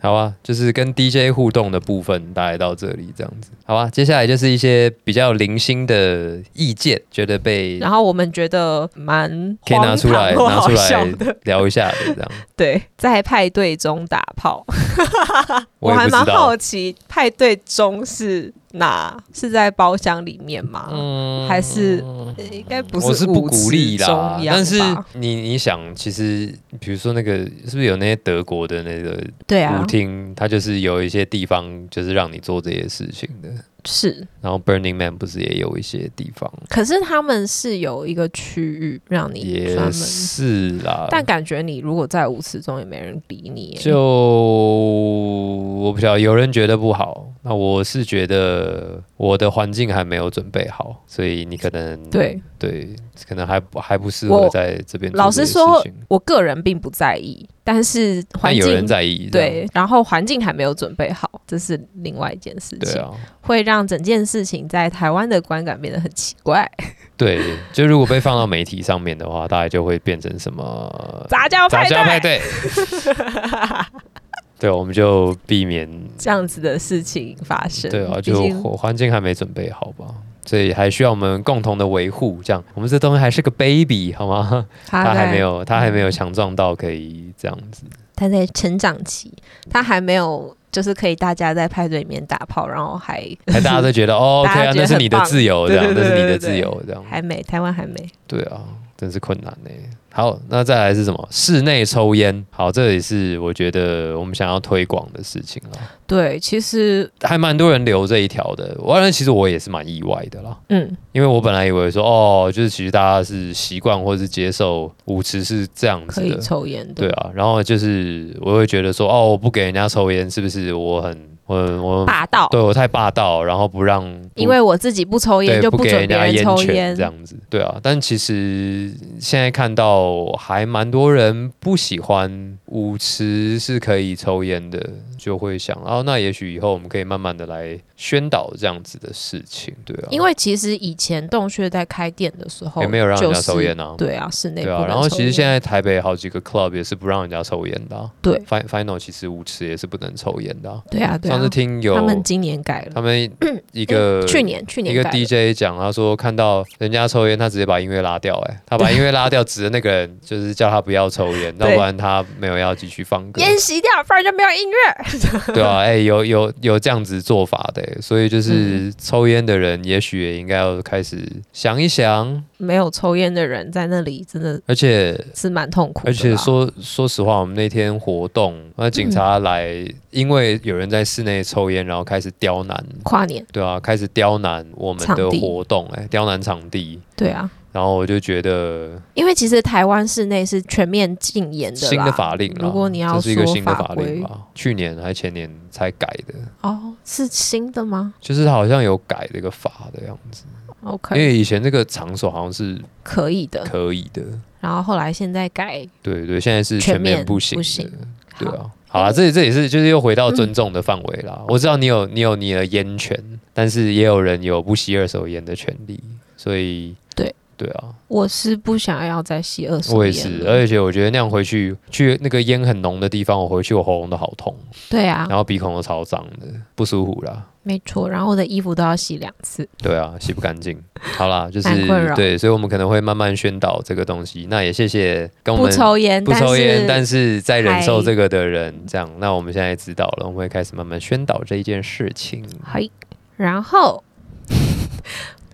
[SPEAKER 1] 好啊，就是跟 DJ 互动的部分大概到这里这样子。好啊，接下来就是一些比较零星的意见，觉得
[SPEAKER 2] <laughs>
[SPEAKER 1] 被
[SPEAKER 2] 然后我们觉得蛮
[SPEAKER 1] 可以拿出来
[SPEAKER 2] <laughs> 荒唐
[SPEAKER 1] 拿
[SPEAKER 2] 或
[SPEAKER 1] 出
[SPEAKER 2] 好笑
[SPEAKER 1] 来
[SPEAKER 2] 的，
[SPEAKER 1] 聊一下的这样。
[SPEAKER 2] 对，在派对中打炮，
[SPEAKER 1] 我也
[SPEAKER 2] 还
[SPEAKER 1] 不
[SPEAKER 2] 蛮
[SPEAKER 1] 知道
[SPEAKER 2] 好奇派对中是哪是在包厢里面吗？
[SPEAKER 1] 嗯
[SPEAKER 2] 还是呃应该不
[SPEAKER 1] 我是不
[SPEAKER 2] 舞
[SPEAKER 1] 鼓
[SPEAKER 2] 池
[SPEAKER 1] 励啦
[SPEAKER 2] 中，央
[SPEAKER 1] 但是
[SPEAKER 2] 吧
[SPEAKER 1] 你你想，其实比如说那个是不是有那些德国的那个
[SPEAKER 2] 对
[SPEAKER 1] 舞
[SPEAKER 2] 啊，
[SPEAKER 1] 厅，它就是有一些地方就是让你做这些事情的。
[SPEAKER 2] 是，
[SPEAKER 1] 然后 Burning Man 不是也有一些地方，
[SPEAKER 2] 可是他们是有一个区域让你专
[SPEAKER 1] 也
[SPEAKER 2] 门，
[SPEAKER 1] 是啦，
[SPEAKER 2] 但感觉你如果在舞池中也没人理你耶，
[SPEAKER 1] 就我不晓得，有人觉得不好，那我是觉得我的环境还没有准备好，所以你可能
[SPEAKER 2] 对
[SPEAKER 1] 对，可能还不还不适合
[SPEAKER 2] 我
[SPEAKER 1] 在这边做
[SPEAKER 2] 老
[SPEAKER 1] 这
[SPEAKER 2] 实
[SPEAKER 1] 些
[SPEAKER 2] 说
[SPEAKER 1] 事情，
[SPEAKER 2] 我个人并不在意，但是环
[SPEAKER 1] 但有
[SPEAKER 2] 境
[SPEAKER 1] 人在意，
[SPEAKER 2] 对，然后环境还没有准备好，这是另外一件事
[SPEAKER 1] 这
[SPEAKER 2] 情，
[SPEAKER 1] 样对啊，
[SPEAKER 2] 会让整件事情在台湾的观感变得很奇怪。
[SPEAKER 1] 对，就如果被放到媒体上面的话，大概就会变成什么
[SPEAKER 2] 杂交
[SPEAKER 1] 呃杂
[SPEAKER 2] 哦派
[SPEAKER 1] 交派
[SPEAKER 2] 对，
[SPEAKER 1] 对，对，我们就避免
[SPEAKER 2] <laughs> 这样子的事情发生，
[SPEAKER 1] 对啊，
[SPEAKER 2] 毕
[SPEAKER 1] 就
[SPEAKER 2] 竟
[SPEAKER 1] 环环境还没准备好吧，所以还需要我们共同的维护。这样，我们这东西还是个 baby 好吗？
[SPEAKER 2] 他
[SPEAKER 1] 他还
[SPEAKER 2] 在
[SPEAKER 1] 没有，他还没有强壮到可以这样子。
[SPEAKER 2] 他在成长期，他还没有就是可以大家在派对里面打炮，然后还
[SPEAKER 1] 还大家都觉得哦
[SPEAKER 2] 大家
[SPEAKER 1] ，OK 啊，
[SPEAKER 2] 觉得
[SPEAKER 1] 那是你的
[SPEAKER 2] 很棒
[SPEAKER 1] 自由，这
[SPEAKER 2] 对
[SPEAKER 1] 样，
[SPEAKER 2] 对
[SPEAKER 1] 那是
[SPEAKER 2] 对
[SPEAKER 1] 你的
[SPEAKER 2] 对
[SPEAKER 1] 自
[SPEAKER 2] 对
[SPEAKER 1] 由，这样，
[SPEAKER 2] 还没台湾还没
[SPEAKER 1] 对啊，真是困难呢、好，那再来是什么？室内抽烟。好，这也是我觉得我们想要推广的事情了。
[SPEAKER 2] 对，其实
[SPEAKER 1] 还蛮多人留这一条的，我然其实我也是蛮意外的啦。
[SPEAKER 2] 嗯
[SPEAKER 1] 因为我本来以为说，哦，就是其实大家是习惯或是接受舞池是这样子
[SPEAKER 2] 可以
[SPEAKER 1] 的，
[SPEAKER 2] 抽烟的，
[SPEAKER 1] 对啊。然后就是我会觉得说，哦，我不给人家抽烟，是不是我很我我
[SPEAKER 2] 霸道，
[SPEAKER 1] 对我太霸道，然后不让不
[SPEAKER 2] 因为我自己不抽烟
[SPEAKER 1] 对
[SPEAKER 2] 就
[SPEAKER 1] 不给
[SPEAKER 2] 准
[SPEAKER 1] 人
[SPEAKER 2] 别
[SPEAKER 1] 家
[SPEAKER 2] 人
[SPEAKER 1] 烟
[SPEAKER 2] 抽
[SPEAKER 1] 权
[SPEAKER 2] 烟
[SPEAKER 1] 这，样子，对啊。但其实现在看到还蛮多人不喜欢舞池是可以抽烟的，就会想，哦，那也许以后我们可以慢慢的来宣导这样子的事情，对啊。
[SPEAKER 2] 因为其实以前洞穴在开店的时候
[SPEAKER 1] 也没有让人家抽烟
[SPEAKER 2] 就是
[SPEAKER 1] 啊
[SPEAKER 2] 对啊，室内
[SPEAKER 1] 对
[SPEAKER 2] 不
[SPEAKER 1] 啊，
[SPEAKER 2] 能
[SPEAKER 1] 然后其
[SPEAKER 2] 抽
[SPEAKER 1] 实
[SPEAKER 2] 烟
[SPEAKER 1] 现在台北好几个 club 也是不让人家抽烟的、啊。
[SPEAKER 2] 对
[SPEAKER 1] ，Fin-，final 其实舞池也是不能抽烟的、啊。
[SPEAKER 2] 对啊对啊
[SPEAKER 1] 上次，听有
[SPEAKER 2] 他们今年改
[SPEAKER 1] 他
[SPEAKER 2] 了，
[SPEAKER 1] 们一个、
[SPEAKER 2] 去年去
[SPEAKER 1] 一
[SPEAKER 2] 年
[SPEAKER 1] 个
[SPEAKER 2] 改了
[SPEAKER 1] DJ 讲，他说看到人家抽烟，他直接把音乐拉掉、哎，他把音乐拉掉，指着那个人就是叫他不要抽烟，要
[SPEAKER 2] 对
[SPEAKER 1] 不然他没有要继续放歌。
[SPEAKER 2] 烟熄掉，不然就没有音乐。
[SPEAKER 1] 对啊，哎、有有有这样子做法的、哎所以
[SPEAKER 2] 嗯
[SPEAKER 1] 就是抽烟的人，也许也应该要开始想一想，
[SPEAKER 2] 没有抽烟的人在那里真的
[SPEAKER 1] 而且
[SPEAKER 2] 是蛮痛苦的
[SPEAKER 1] 而
[SPEAKER 2] 啦，啊
[SPEAKER 1] 且说说实话，我们那天活动，那警察来，因为有人在室内抽烟，然后开始刁难，
[SPEAKER 2] 跨年，
[SPEAKER 1] 对啊，开始刁难我们的
[SPEAKER 2] 场地
[SPEAKER 1] 活动、哎，刁难场地。
[SPEAKER 2] 对啊，
[SPEAKER 1] 然后我就觉得
[SPEAKER 2] 因为其实台湾室内是全面禁烟的啦
[SPEAKER 1] 新的法令啦，
[SPEAKER 2] 如果你要
[SPEAKER 1] 这是一个
[SPEAKER 2] 说
[SPEAKER 1] 新的
[SPEAKER 2] 法
[SPEAKER 1] 法令
[SPEAKER 2] 规
[SPEAKER 1] 吧，去年还前年才改的，
[SPEAKER 2] 哦，是新的吗
[SPEAKER 1] 就是好像有改这个法的样子，因
[SPEAKER 2] ？OK，
[SPEAKER 1] 为以前这个场所好像是
[SPEAKER 2] 可以的。
[SPEAKER 1] 可以的，
[SPEAKER 2] 然后后来现在改，
[SPEAKER 1] 对对，现在是
[SPEAKER 2] 全
[SPEAKER 1] 全面
[SPEAKER 2] 面
[SPEAKER 1] 不行
[SPEAKER 2] 不
[SPEAKER 1] 的，
[SPEAKER 2] 行
[SPEAKER 1] 对
[SPEAKER 2] 好，嗯
[SPEAKER 1] 啊，好啊，这这也是就是又回到尊重的范围啦。我知道你有你有你的烟权，但是也有人有不吸二手烟的权利，所以
[SPEAKER 2] 对
[SPEAKER 1] 对啊，
[SPEAKER 2] 我是不想要再吸二手烟了。
[SPEAKER 1] 我也是，哎而且我觉得那样回去去那个烟很浓的地方，我回去我喉咙都好痛，
[SPEAKER 2] 对啊，
[SPEAKER 1] 然后鼻孔都超脏的，不舒服啦。
[SPEAKER 2] 没错。然后我的衣服都要洗两次。
[SPEAKER 1] 对啊，洗不干净。好啦，就是
[SPEAKER 2] 蛮困扰
[SPEAKER 1] 对，所以我们可能会慢慢宣导这个东西。那也谢谢跟我
[SPEAKER 2] 不
[SPEAKER 1] 们
[SPEAKER 2] 抽烟，
[SPEAKER 1] 不抽烟，
[SPEAKER 2] 但
[SPEAKER 1] 但
[SPEAKER 2] 是
[SPEAKER 1] 是在忍
[SPEAKER 2] 还
[SPEAKER 1] 受这个的人，这样，那我们现在也知道了，我们会开始慢慢宣导这一件事情。
[SPEAKER 2] 嘿，然后 <laughs>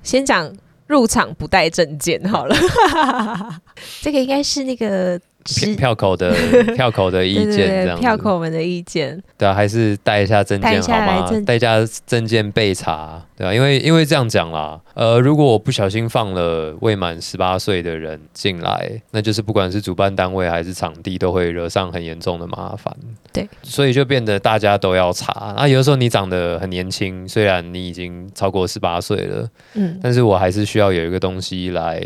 [SPEAKER 2] 先讲入场不带证件好了。 <laughs> 这个应该是那个
[SPEAKER 1] 票
[SPEAKER 2] 是
[SPEAKER 1] 票口的票口的意见
[SPEAKER 2] 对对
[SPEAKER 1] 这
[SPEAKER 2] 对
[SPEAKER 1] 样子，
[SPEAKER 2] 票口们的意见。
[SPEAKER 1] 对啊，还是带一下证
[SPEAKER 2] 带一
[SPEAKER 1] 件
[SPEAKER 2] 下
[SPEAKER 1] 好
[SPEAKER 2] 来
[SPEAKER 1] 吗
[SPEAKER 2] 证？
[SPEAKER 1] 带一下证件备查，对啊，因为因为这样讲啦，呃，如果我不小心放了未满十八岁的人进来，那就是不管是主办单位还是场地，都会惹上很严重的麻烦。
[SPEAKER 2] 对，
[SPEAKER 1] 所以就变得大家都要查。那、有的时候你长得很年轻，虽然你已经超过十八岁了，
[SPEAKER 2] 嗯，
[SPEAKER 1] 但是我还是需要有一个东西来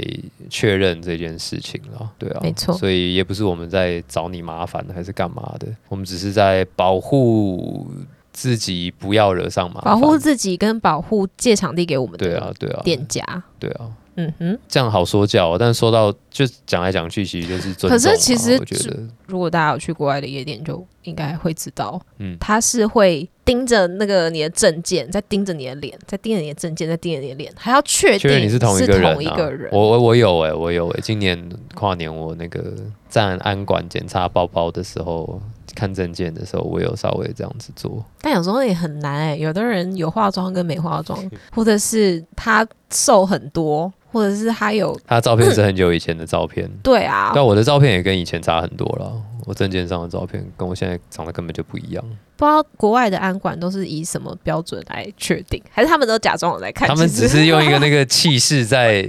[SPEAKER 1] 确认这件事情啦，对啊，
[SPEAKER 2] 没错
[SPEAKER 1] 所以也不是我们在找你麻烦还是干嘛的，我们只是在保护自己不要惹上麻烦，
[SPEAKER 2] 保护自己跟保护借场地给我们
[SPEAKER 1] 啊对
[SPEAKER 2] 的
[SPEAKER 1] 啊，对啊，
[SPEAKER 2] 店家。
[SPEAKER 1] 对啊，
[SPEAKER 2] 嗯哼，
[SPEAKER 1] 这样好说教、哦，但说到就讲来讲去，其实就是尊重啊、
[SPEAKER 2] 可是其实
[SPEAKER 1] 我觉
[SPEAKER 2] 只
[SPEAKER 1] 得，
[SPEAKER 2] 如果大家有去国外的夜店，就应该会知道，
[SPEAKER 1] 嗯，
[SPEAKER 2] 他是会盯着那个你的证件，再盯着你的脸，再盯着你的证件，再盯着你的脸，还要确
[SPEAKER 1] 确认
[SPEAKER 2] 定
[SPEAKER 1] 你是同
[SPEAKER 2] 一
[SPEAKER 1] 一个人、啊。
[SPEAKER 2] 同个人
[SPEAKER 1] 我我我有哎、我有哎、今年跨年我那个站安管检查包包的时候，看证件的时候，我有稍微这样子做。
[SPEAKER 2] 但有时候也很难哎、有的人有化妆跟没化妆，或者是他瘦很多，或者是他有
[SPEAKER 1] 他照片是很久以前的照片，
[SPEAKER 2] 对啊，
[SPEAKER 1] 但我的照片也跟以前差很多了。我证件上的照片跟我现在长得根本就不一样。
[SPEAKER 2] 不知道国外的安管都是以什么标准来确定，还是他们都假装我在看？
[SPEAKER 1] 他们
[SPEAKER 2] 其
[SPEAKER 1] 只
[SPEAKER 2] 实
[SPEAKER 1] 是用一个那个气势在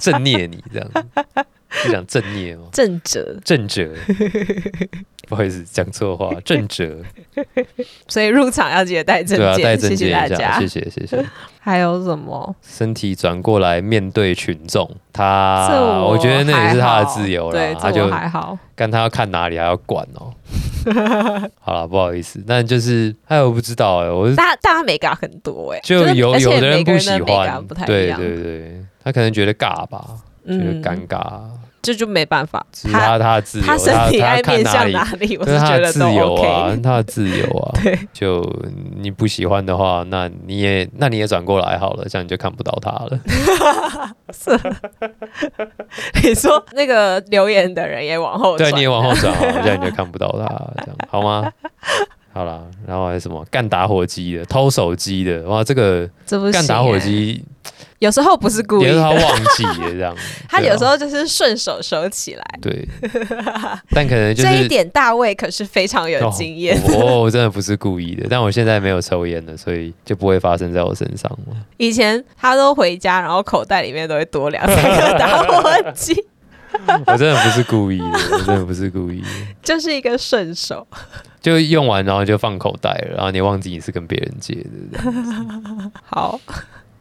[SPEAKER 1] 正虐你，这
[SPEAKER 2] <laughs>
[SPEAKER 1] 样是讲正虐吗？
[SPEAKER 2] 正者，
[SPEAKER 1] 正者，哦不好意思，讲错
[SPEAKER 2] <laughs>
[SPEAKER 1] 话，正者，
[SPEAKER 2] 所以入场要记得带证
[SPEAKER 1] 对啊，带正
[SPEAKER 2] 件。谢
[SPEAKER 1] 解
[SPEAKER 2] 谢大
[SPEAKER 1] 一
[SPEAKER 2] 家
[SPEAKER 1] 下，谢。谢谢谢，
[SPEAKER 2] 还有什么？
[SPEAKER 1] 身体转过来面对群众，他
[SPEAKER 2] 这我
[SPEAKER 1] 啊觉得那也是他的
[SPEAKER 2] 还好
[SPEAKER 1] 自由
[SPEAKER 2] 对
[SPEAKER 1] 啦，，他
[SPEAKER 2] 这
[SPEAKER 1] 就
[SPEAKER 2] 我还好。
[SPEAKER 1] 看他要看哪里还要管哦。 <laughs> 好了，不好意思，但就是哎，我不知道哎、 <laughs> 我是
[SPEAKER 2] 大大家美感很多哎、
[SPEAKER 1] 就是有
[SPEAKER 2] 而且
[SPEAKER 1] 有的
[SPEAKER 2] 每
[SPEAKER 1] 人
[SPEAKER 2] 个
[SPEAKER 1] 不
[SPEAKER 2] 人
[SPEAKER 1] 喜
[SPEAKER 2] 的美感
[SPEAKER 1] 欢
[SPEAKER 2] 不太，一
[SPEAKER 1] 对
[SPEAKER 2] 样，嗯
[SPEAKER 1] 对对，他可能觉得尬吧，觉得尴尬，
[SPEAKER 2] 这就没办法。
[SPEAKER 1] 只是他他的自由，
[SPEAKER 2] 他身体
[SPEAKER 1] 他
[SPEAKER 2] 爱
[SPEAKER 1] 看
[SPEAKER 2] 面
[SPEAKER 1] 哪
[SPEAKER 2] 向
[SPEAKER 1] 里
[SPEAKER 2] 哪里，我
[SPEAKER 1] 这
[SPEAKER 2] 是
[SPEAKER 1] 他
[SPEAKER 2] 觉
[SPEAKER 1] 的
[SPEAKER 2] 得
[SPEAKER 1] 自
[SPEAKER 2] 都
[SPEAKER 1] 由
[SPEAKER 2] OK。。
[SPEAKER 1] 啊， <laughs> 他的自由啊
[SPEAKER 2] <laughs> 对，
[SPEAKER 1] 就你不喜欢的话，那你也那你也转过来好了，这样你就看不到他了。
[SPEAKER 2] <laughs> 你说那个留言的人也往后
[SPEAKER 1] 对，
[SPEAKER 2] 转
[SPEAKER 1] 你也往后转好了，这样你就看不到他了，这样好吗？好啦，然后还有什么干打火机的、偷手机的，哇，这个
[SPEAKER 2] 这不行、欸
[SPEAKER 1] 干打火，机
[SPEAKER 2] 有时候不是故意
[SPEAKER 1] 也是他
[SPEAKER 2] 的，。
[SPEAKER 1] 忘记了这样
[SPEAKER 2] <laughs> 他
[SPEAKER 1] 对啊
[SPEAKER 2] 有时候就是顺手收起来。
[SPEAKER 1] 对，但可能就
[SPEAKER 2] 这一
[SPEAKER 1] 是
[SPEAKER 2] 点大卫可是非常有
[SPEAKER 1] 哦
[SPEAKER 2] 经验。
[SPEAKER 1] 我我真的不是故意的，但我现在没有抽烟了，所以就不会发生在我身上
[SPEAKER 2] <laughs>
[SPEAKER 1] 了。
[SPEAKER 2] 以前他都回家，然后口袋里面都会多两三个打火机， <laughs>
[SPEAKER 1] 我真的不是故意的，我真的不是故意的。
[SPEAKER 2] 就是一个顺手。
[SPEAKER 1] 就用完，然后就放口袋了，然后你忘记你是跟别人借的。这样
[SPEAKER 2] 好，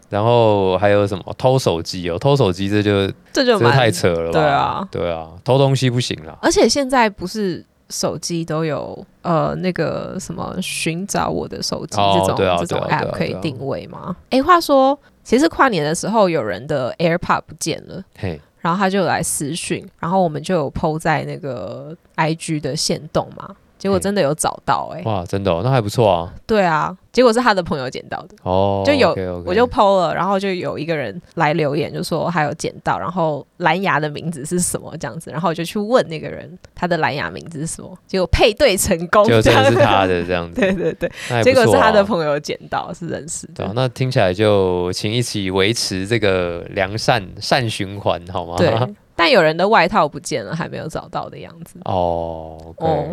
[SPEAKER 1] 然后还有什么偷手机哦，偷手机这就
[SPEAKER 2] 这
[SPEAKER 1] 这就
[SPEAKER 2] 就蛮
[SPEAKER 1] 太扯了吧？
[SPEAKER 2] 对啊，
[SPEAKER 1] 对啊，偷东西不行啦。
[SPEAKER 2] 而且现在不是手机都有呃那个什么寻找我的手机
[SPEAKER 1] 哦
[SPEAKER 2] 这种、
[SPEAKER 1] 对啊
[SPEAKER 2] 这种
[SPEAKER 1] 对啊对
[SPEAKER 2] app
[SPEAKER 1] 啊
[SPEAKER 2] 可以
[SPEAKER 1] 对啊
[SPEAKER 2] 定位吗？诶，话说，其实跨年的时候有人的 AirPod 不见了。
[SPEAKER 1] 嘿，
[SPEAKER 2] 然后他就有来私讯，然后我们就有 PO 在那个 IG 的线动嘛，结果真的有找到诶，
[SPEAKER 1] 哇，真的、哦，那还不错啊。
[SPEAKER 2] 对啊，结果是他的朋友捡到的，
[SPEAKER 1] 哦，
[SPEAKER 2] 就有
[SPEAKER 1] OK，OK
[SPEAKER 2] 我就 PO 了，然后就有一个人来留言，就说他有捡到，然后蓝牙的名字是什么这样子，然后我就去问那个人他的蓝牙名字是什么，结果配对成功，
[SPEAKER 1] 就真的是他
[SPEAKER 2] 的，
[SPEAKER 1] 的这样子，
[SPEAKER 2] <laughs> 对对对，
[SPEAKER 1] 那还不
[SPEAKER 2] 结
[SPEAKER 1] 错啊
[SPEAKER 2] 果是他的朋友捡到，是认识
[SPEAKER 1] 对啊
[SPEAKER 2] 的，，
[SPEAKER 1] 那听起来就请一起维持这个良善善循环，好吗？
[SPEAKER 2] 对，但有人的外套不见了，还没有找到的样子，
[SPEAKER 1] <laughs> 哦，
[SPEAKER 2] 哦
[SPEAKER 1] 哦，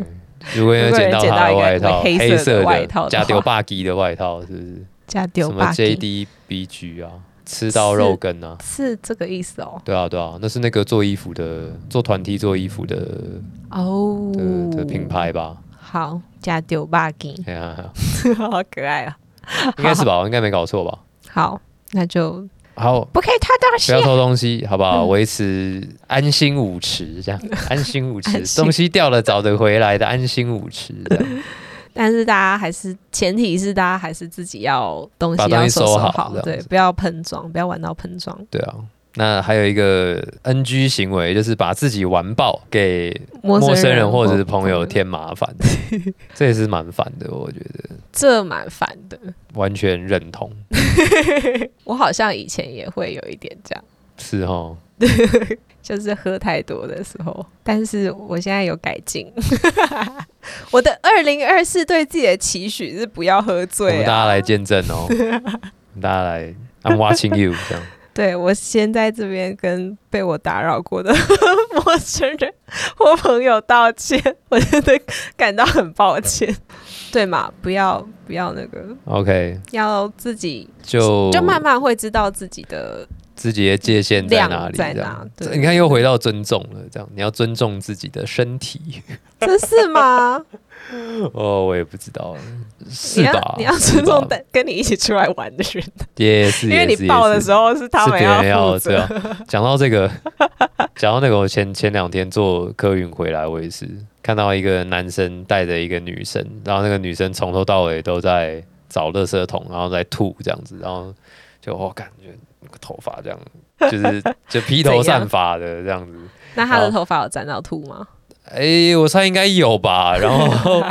[SPEAKER 1] 如果有
[SPEAKER 2] 如果有
[SPEAKER 1] 捡
[SPEAKER 2] 人
[SPEAKER 1] 到
[SPEAKER 2] 捡到
[SPEAKER 1] 他的
[SPEAKER 2] 一个
[SPEAKER 1] 外套，
[SPEAKER 2] 黑色的
[SPEAKER 1] 黑色
[SPEAKER 2] 外 <laughs> 套的
[SPEAKER 1] 加
[SPEAKER 2] 话
[SPEAKER 1] 丢霸基的外套，是不是？
[SPEAKER 2] 加丢
[SPEAKER 1] 什么
[SPEAKER 2] 吧，
[SPEAKER 1] JDBG 啊，吃到肉羹啊，
[SPEAKER 2] 是这个意思哦，
[SPEAKER 1] 对啊对啊，那是那个做衣服的，做团体做衣服的
[SPEAKER 2] 哦
[SPEAKER 1] 的的品牌吧？
[SPEAKER 2] 好，加丢吧给，
[SPEAKER 1] 哎呀，
[SPEAKER 2] <laughs> 好可爱啊！
[SPEAKER 1] 应该是吧？我应该没搞错吧？
[SPEAKER 2] 好，那就
[SPEAKER 1] 好。
[SPEAKER 2] 不可以太大
[SPEAKER 1] 不
[SPEAKER 2] 声
[SPEAKER 1] 要。偷东西，好不
[SPEAKER 2] 嗯
[SPEAKER 1] 好？维持安心舞池，
[SPEAKER 2] <laughs>
[SPEAKER 1] 这样安心舞池
[SPEAKER 2] 安，心
[SPEAKER 1] 东西掉了找得回来的 <laughs> 安心舞池，这样
[SPEAKER 2] 但是大家还是前提是大家还是自己要东西
[SPEAKER 1] 把东
[SPEAKER 2] 要
[SPEAKER 1] 西
[SPEAKER 2] 收
[SPEAKER 1] 收好
[SPEAKER 2] 好
[SPEAKER 1] 这，样
[SPEAKER 2] 对，
[SPEAKER 1] 子
[SPEAKER 2] 不要喷装，不要玩到喷装，
[SPEAKER 1] 对啊。那还有一个 NG 行为，就是把自己完爆给
[SPEAKER 2] 陌
[SPEAKER 1] 陌
[SPEAKER 2] 生
[SPEAKER 1] 生人或者是
[SPEAKER 2] 或
[SPEAKER 1] 朋友添麻烦，
[SPEAKER 2] 啊
[SPEAKER 1] 这也是蛮烦的，我觉得
[SPEAKER 2] 这蛮烦的。
[SPEAKER 1] 完全认同。
[SPEAKER 2] 我好像以前也会有一点这样，
[SPEAKER 1] 是哦，
[SPEAKER 2] 就是喝太多的时候，但是我现在有改进。 <laughs> 我的二零二四对自己的期许是不要喝
[SPEAKER 1] 我
[SPEAKER 2] 醉
[SPEAKER 1] 们大
[SPEAKER 2] 啊！
[SPEAKER 1] 家来见证
[SPEAKER 2] <laughs>
[SPEAKER 1] 哦，我们大家来，I'm watching you 这样。
[SPEAKER 2] 对我先在这边跟被我打扰过的 <laughs> 陌生人或朋友道歉，我真的感到很抱歉。对嘛，不要不要那个，
[SPEAKER 1] OK，
[SPEAKER 2] 要自己
[SPEAKER 1] 就
[SPEAKER 2] 就慢慢会知道自己的，
[SPEAKER 1] 自己的界限在哪
[SPEAKER 2] 量
[SPEAKER 1] 里，
[SPEAKER 2] 在
[SPEAKER 1] 这样
[SPEAKER 2] 哪。对
[SPEAKER 1] 你看又回到尊重了，这样你要尊重自己的身体。 <laughs>
[SPEAKER 2] 这是吗？
[SPEAKER 1] 哦，我也不知道，是
[SPEAKER 2] 你要
[SPEAKER 1] 吧？
[SPEAKER 2] 你要
[SPEAKER 1] 是
[SPEAKER 2] 尊重
[SPEAKER 1] 吧
[SPEAKER 2] 的跟你一起出来玩的人，
[SPEAKER 1] 也是，
[SPEAKER 2] 因为
[SPEAKER 1] 也
[SPEAKER 2] 你
[SPEAKER 1] 是
[SPEAKER 2] 抱
[SPEAKER 1] 也
[SPEAKER 2] 的
[SPEAKER 1] 是
[SPEAKER 2] 时候是他
[SPEAKER 1] 是
[SPEAKER 2] 们
[SPEAKER 1] 别人
[SPEAKER 2] 负
[SPEAKER 1] 要
[SPEAKER 2] 责 <laughs>
[SPEAKER 1] 这。样。讲到这个，讲到那个，我前前两天坐客运回来，我也是看到一个男生带着一个女生，然后那个女生从头到尾都在哦找垃圾桶，然后在吐这样子，然后就我感觉头发这样就是就披头散发的这样子。
[SPEAKER 2] 那他的头发有沾到吐吗？
[SPEAKER 1] 哎、我猜应该有
[SPEAKER 2] <laughs>
[SPEAKER 1] 吧。然后，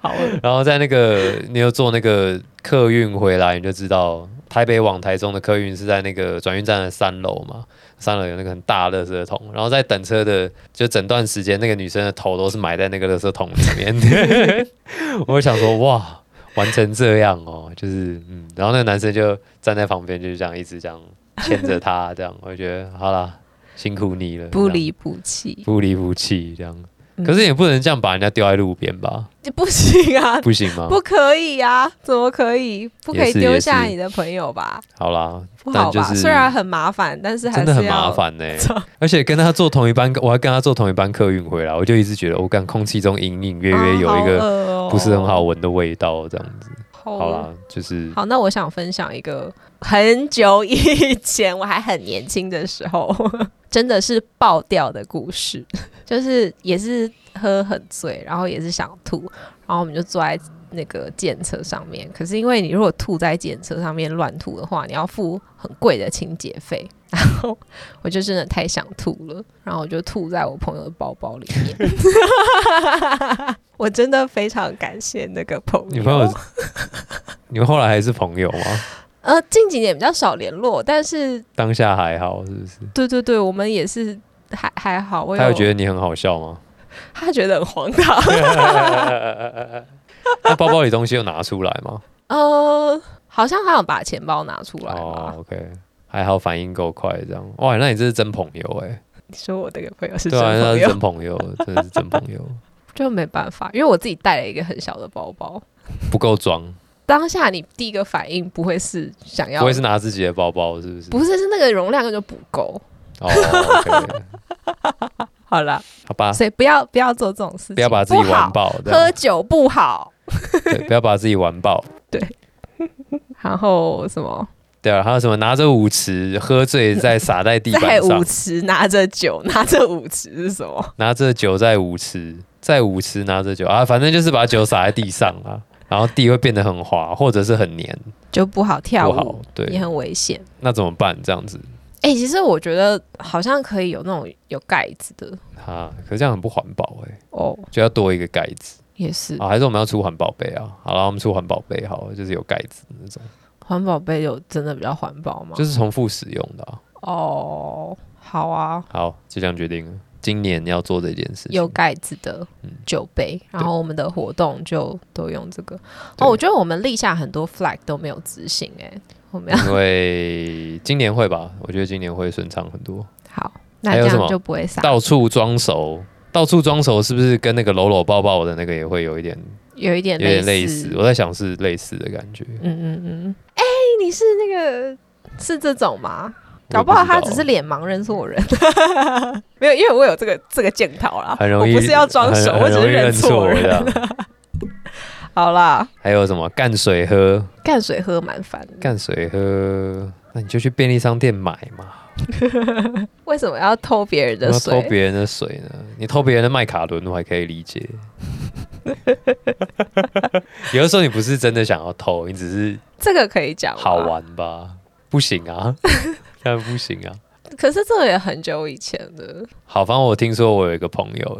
[SPEAKER 2] 好恶，
[SPEAKER 1] 然后在那个你有坐那个客运回来，你就知道台北往台中的客运是在那个转运站的三楼嘛，三楼有那个很大的垃圾桶。然后在等车的就整段时间，那个女生的头都是埋在那个垃圾桶里面。
[SPEAKER 2] <laughs>
[SPEAKER 1] 我想说，哇，玩成这样哦，就是嗯。然后那个男生就站在旁边，就是这样一直这样牵着她，这样我就觉得好啦，辛苦你了，
[SPEAKER 2] 不
[SPEAKER 1] 这样
[SPEAKER 2] 离不弃。
[SPEAKER 1] 不离不弃这样。
[SPEAKER 2] 嗯
[SPEAKER 1] 可是也不能这样把人家丢在路边
[SPEAKER 2] <laughs>
[SPEAKER 1] 吧？
[SPEAKER 2] 不行
[SPEAKER 1] <laughs>
[SPEAKER 2] 啊，
[SPEAKER 1] 不行吗？
[SPEAKER 2] 不可以啊，怎么可以？不可以
[SPEAKER 1] 也是
[SPEAKER 2] 丢下
[SPEAKER 1] 也是
[SPEAKER 2] 你的朋友吧？
[SPEAKER 1] 好啦，
[SPEAKER 2] 不
[SPEAKER 1] 但
[SPEAKER 2] 好
[SPEAKER 1] 就
[SPEAKER 2] 吧？
[SPEAKER 1] 是
[SPEAKER 2] 虽然很麻烦，但是还
[SPEAKER 1] 真
[SPEAKER 2] 是
[SPEAKER 1] 的很麻
[SPEAKER 2] 要
[SPEAKER 1] 烦呢、
[SPEAKER 2] <laughs>
[SPEAKER 1] 而且跟他坐同一班，我还跟他坐同一班客运回来，我就一直觉得，我、感空气中隐隐约约有一
[SPEAKER 2] 啊
[SPEAKER 1] 个
[SPEAKER 2] 个
[SPEAKER 1] 不是很好。闻的味道，这样子。
[SPEAKER 2] 哦好
[SPEAKER 1] 好
[SPEAKER 2] 恶
[SPEAKER 1] 啦，就是
[SPEAKER 2] 哦好，那我想分享一个很久以前，我还很年轻的时候， <laughs> 真的是爆掉的故事， <laughs> 就是也是喝很醉，然后也是想吐，然后我们就坐在那个电车上面。可是因为你如果吐在电车上面乱吐的话，你要付很贵的清洁费。然后我就真的太想吐了，然后我就吐在我朋友的包包里面。 <laughs> 我真的非常感谢那个朋友。
[SPEAKER 1] 你朋友， <laughs> 你们后来还是朋友吗？
[SPEAKER 2] 呃，近几年比较少联络，但是
[SPEAKER 1] 当下还好是不是？
[SPEAKER 2] 对对对，我们也是还还好。我
[SPEAKER 1] 他有
[SPEAKER 2] 有
[SPEAKER 1] 觉得你很好笑吗？
[SPEAKER 2] <laughs> 他觉得很荒唐。 <laughs>
[SPEAKER 1] 那包包里东西有拿出来吗？
[SPEAKER 2] 呃，好像他有把钱包拿出来吧？
[SPEAKER 1] 哦，OK，还好反应够快，这样哇，那你这是真朋友哎、
[SPEAKER 2] 你说我那个朋友是
[SPEAKER 1] 对
[SPEAKER 2] 真
[SPEAKER 1] 啊，那
[SPEAKER 2] 朋
[SPEAKER 1] 是
[SPEAKER 2] 友，
[SPEAKER 1] 真朋友，真的是真朋友，
[SPEAKER 2] 就没办法，因为我自己带了一个很小的包包。
[SPEAKER 1] 不够
[SPEAKER 2] <laughs>
[SPEAKER 1] 装，
[SPEAKER 2] 当下你第一个反应不会是想要，
[SPEAKER 1] 不会是拿自己的包包是不是？
[SPEAKER 2] 不是是那个容量根本就不够。
[SPEAKER 1] 哦，OK，
[SPEAKER 2] 好啦，
[SPEAKER 1] 好吧，
[SPEAKER 2] 所以不要不要做这种事情，
[SPEAKER 1] 啊不要把自己
[SPEAKER 2] 不好
[SPEAKER 1] 玩爆，这
[SPEAKER 2] 喝
[SPEAKER 1] 样
[SPEAKER 2] 酒不好。
[SPEAKER 1] 对，不要把自己玩爆。
[SPEAKER 2] 然后什么，
[SPEAKER 1] 对啊，还有什么拿着舞池喝醉
[SPEAKER 2] <laughs>
[SPEAKER 1] 再洒在地
[SPEAKER 2] 在
[SPEAKER 1] 板
[SPEAKER 2] 舞
[SPEAKER 1] 上，
[SPEAKER 2] 池拿着酒，拿着舞池是什么？
[SPEAKER 1] 拿着酒在舞池，在舞池拿着酒啊，反正就是把酒洒在地上啊，然后地会变得很滑，或者是很黏，
[SPEAKER 2] 就不好跳
[SPEAKER 1] 不
[SPEAKER 2] 舞，
[SPEAKER 1] 好。
[SPEAKER 2] 也
[SPEAKER 1] 对，
[SPEAKER 2] 很危险。
[SPEAKER 1] 那怎么办？这样子
[SPEAKER 2] 哎、其实我觉得好像可以有那种有盖子的
[SPEAKER 1] 啊，可是这样很不环保哎、
[SPEAKER 2] 哦，
[SPEAKER 1] 就要多一个盖子
[SPEAKER 2] 也是
[SPEAKER 1] 啊，还是我们要出环保杯啊？好了，我们出环保杯好了，就是有盖子的那种，
[SPEAKER 2] 环保杯有真的比较环保吗？
[SPEAKER 1] 就是重复使用的、啊。
[SPEAKER 2] 哦，好啊，
[SPEAKER 1] 好，就这样决定了，今年要做这件事情。
[SPEAKER 2] 有盖子的
[SPEAKER 1] 嗯
[SPEAKER 2] 酒杯，然后我们的活动就都用这个。
[SPEAKER 1] 对
[SPEAKER 2] 哦，我觉得我们立下很多 flag 都没有执行、哎，我们要
[SPEAKER 1] 因为今年会吧，我觉得今年会顺畅很多。
[SPEAKER 2] 好，那
[SPEAKER 1] 嗯还有
[SPEAKER 2] 这
[SPEAKER 1] 什么
[SPEAKER 2] 样就不会洒，
[SPEAKER 1] 到处装熟，到处装熟是不是跟那个搂搂抱抱的那个也会有一点
[SPEAKER 2] 有一点
[SPEAKER 1] 有点
[SPEAKER 2] 类
[SPEAKER 1] 类似？我在想是类似的感觉。
[SPEAKER 2] 嗯嗯嗯，哎、你是那个是这种吗？搞不
[SPEAKER 1] 我
[SPEAKER 2] 好
[SPEAKER 1] 也知
[SPEAKER 2] 他
[SPEAKER 1] 道
[SPEAKER 2] 只是脸盲认错人， <laughs> 没有，因为我有这个这个检讨啦，
[SPEAKER 1] 很容易，
[SPEAKER 2] 我不是要装熟，
[SPEAKER 1] 很
[SPEAKER 2] 我
[SPEAKER 1] 很
[SPEAKER 2] 只
[SPEAKER 1] 容
[SPEAKER 2] 是
[SPEAKER 1] 易认
[SPEAKER 2] 错
[SPEAKER 1] 这
[SPEAKER 2] 人。
[SPEAKER 1] 样。
[SPEAKER 2] 好啦，
[SPEAKER 1] 还有什么干水喝？
[SPEAKER 2] 干水喝蛮烦的，
[SPEAKER 1] 干水喝，那你就去便利商店买嘛。
[SPEAKER 2] 为什么要偷别人的
[SPEAKER 1] 要
[SPEAKER 2] 水
[SPEAKER 1] 偷？别人的水呢？你偷别人的麦卡伦，我还可以理解。
[SPEAKER 2] <laughs>
[SPEAKER 1] 有的时候你不是真的想要偷，你只是
[SPEAKER 2] 这个可以讲吗
[SPEAKER 1] 好。玩吧？不行啊， <laughs> 当然不行啊。
[SPEAKER 2] 可是这个也很久以前的，
[SPEAKER 1] 好，反正我听说我有一个朋友，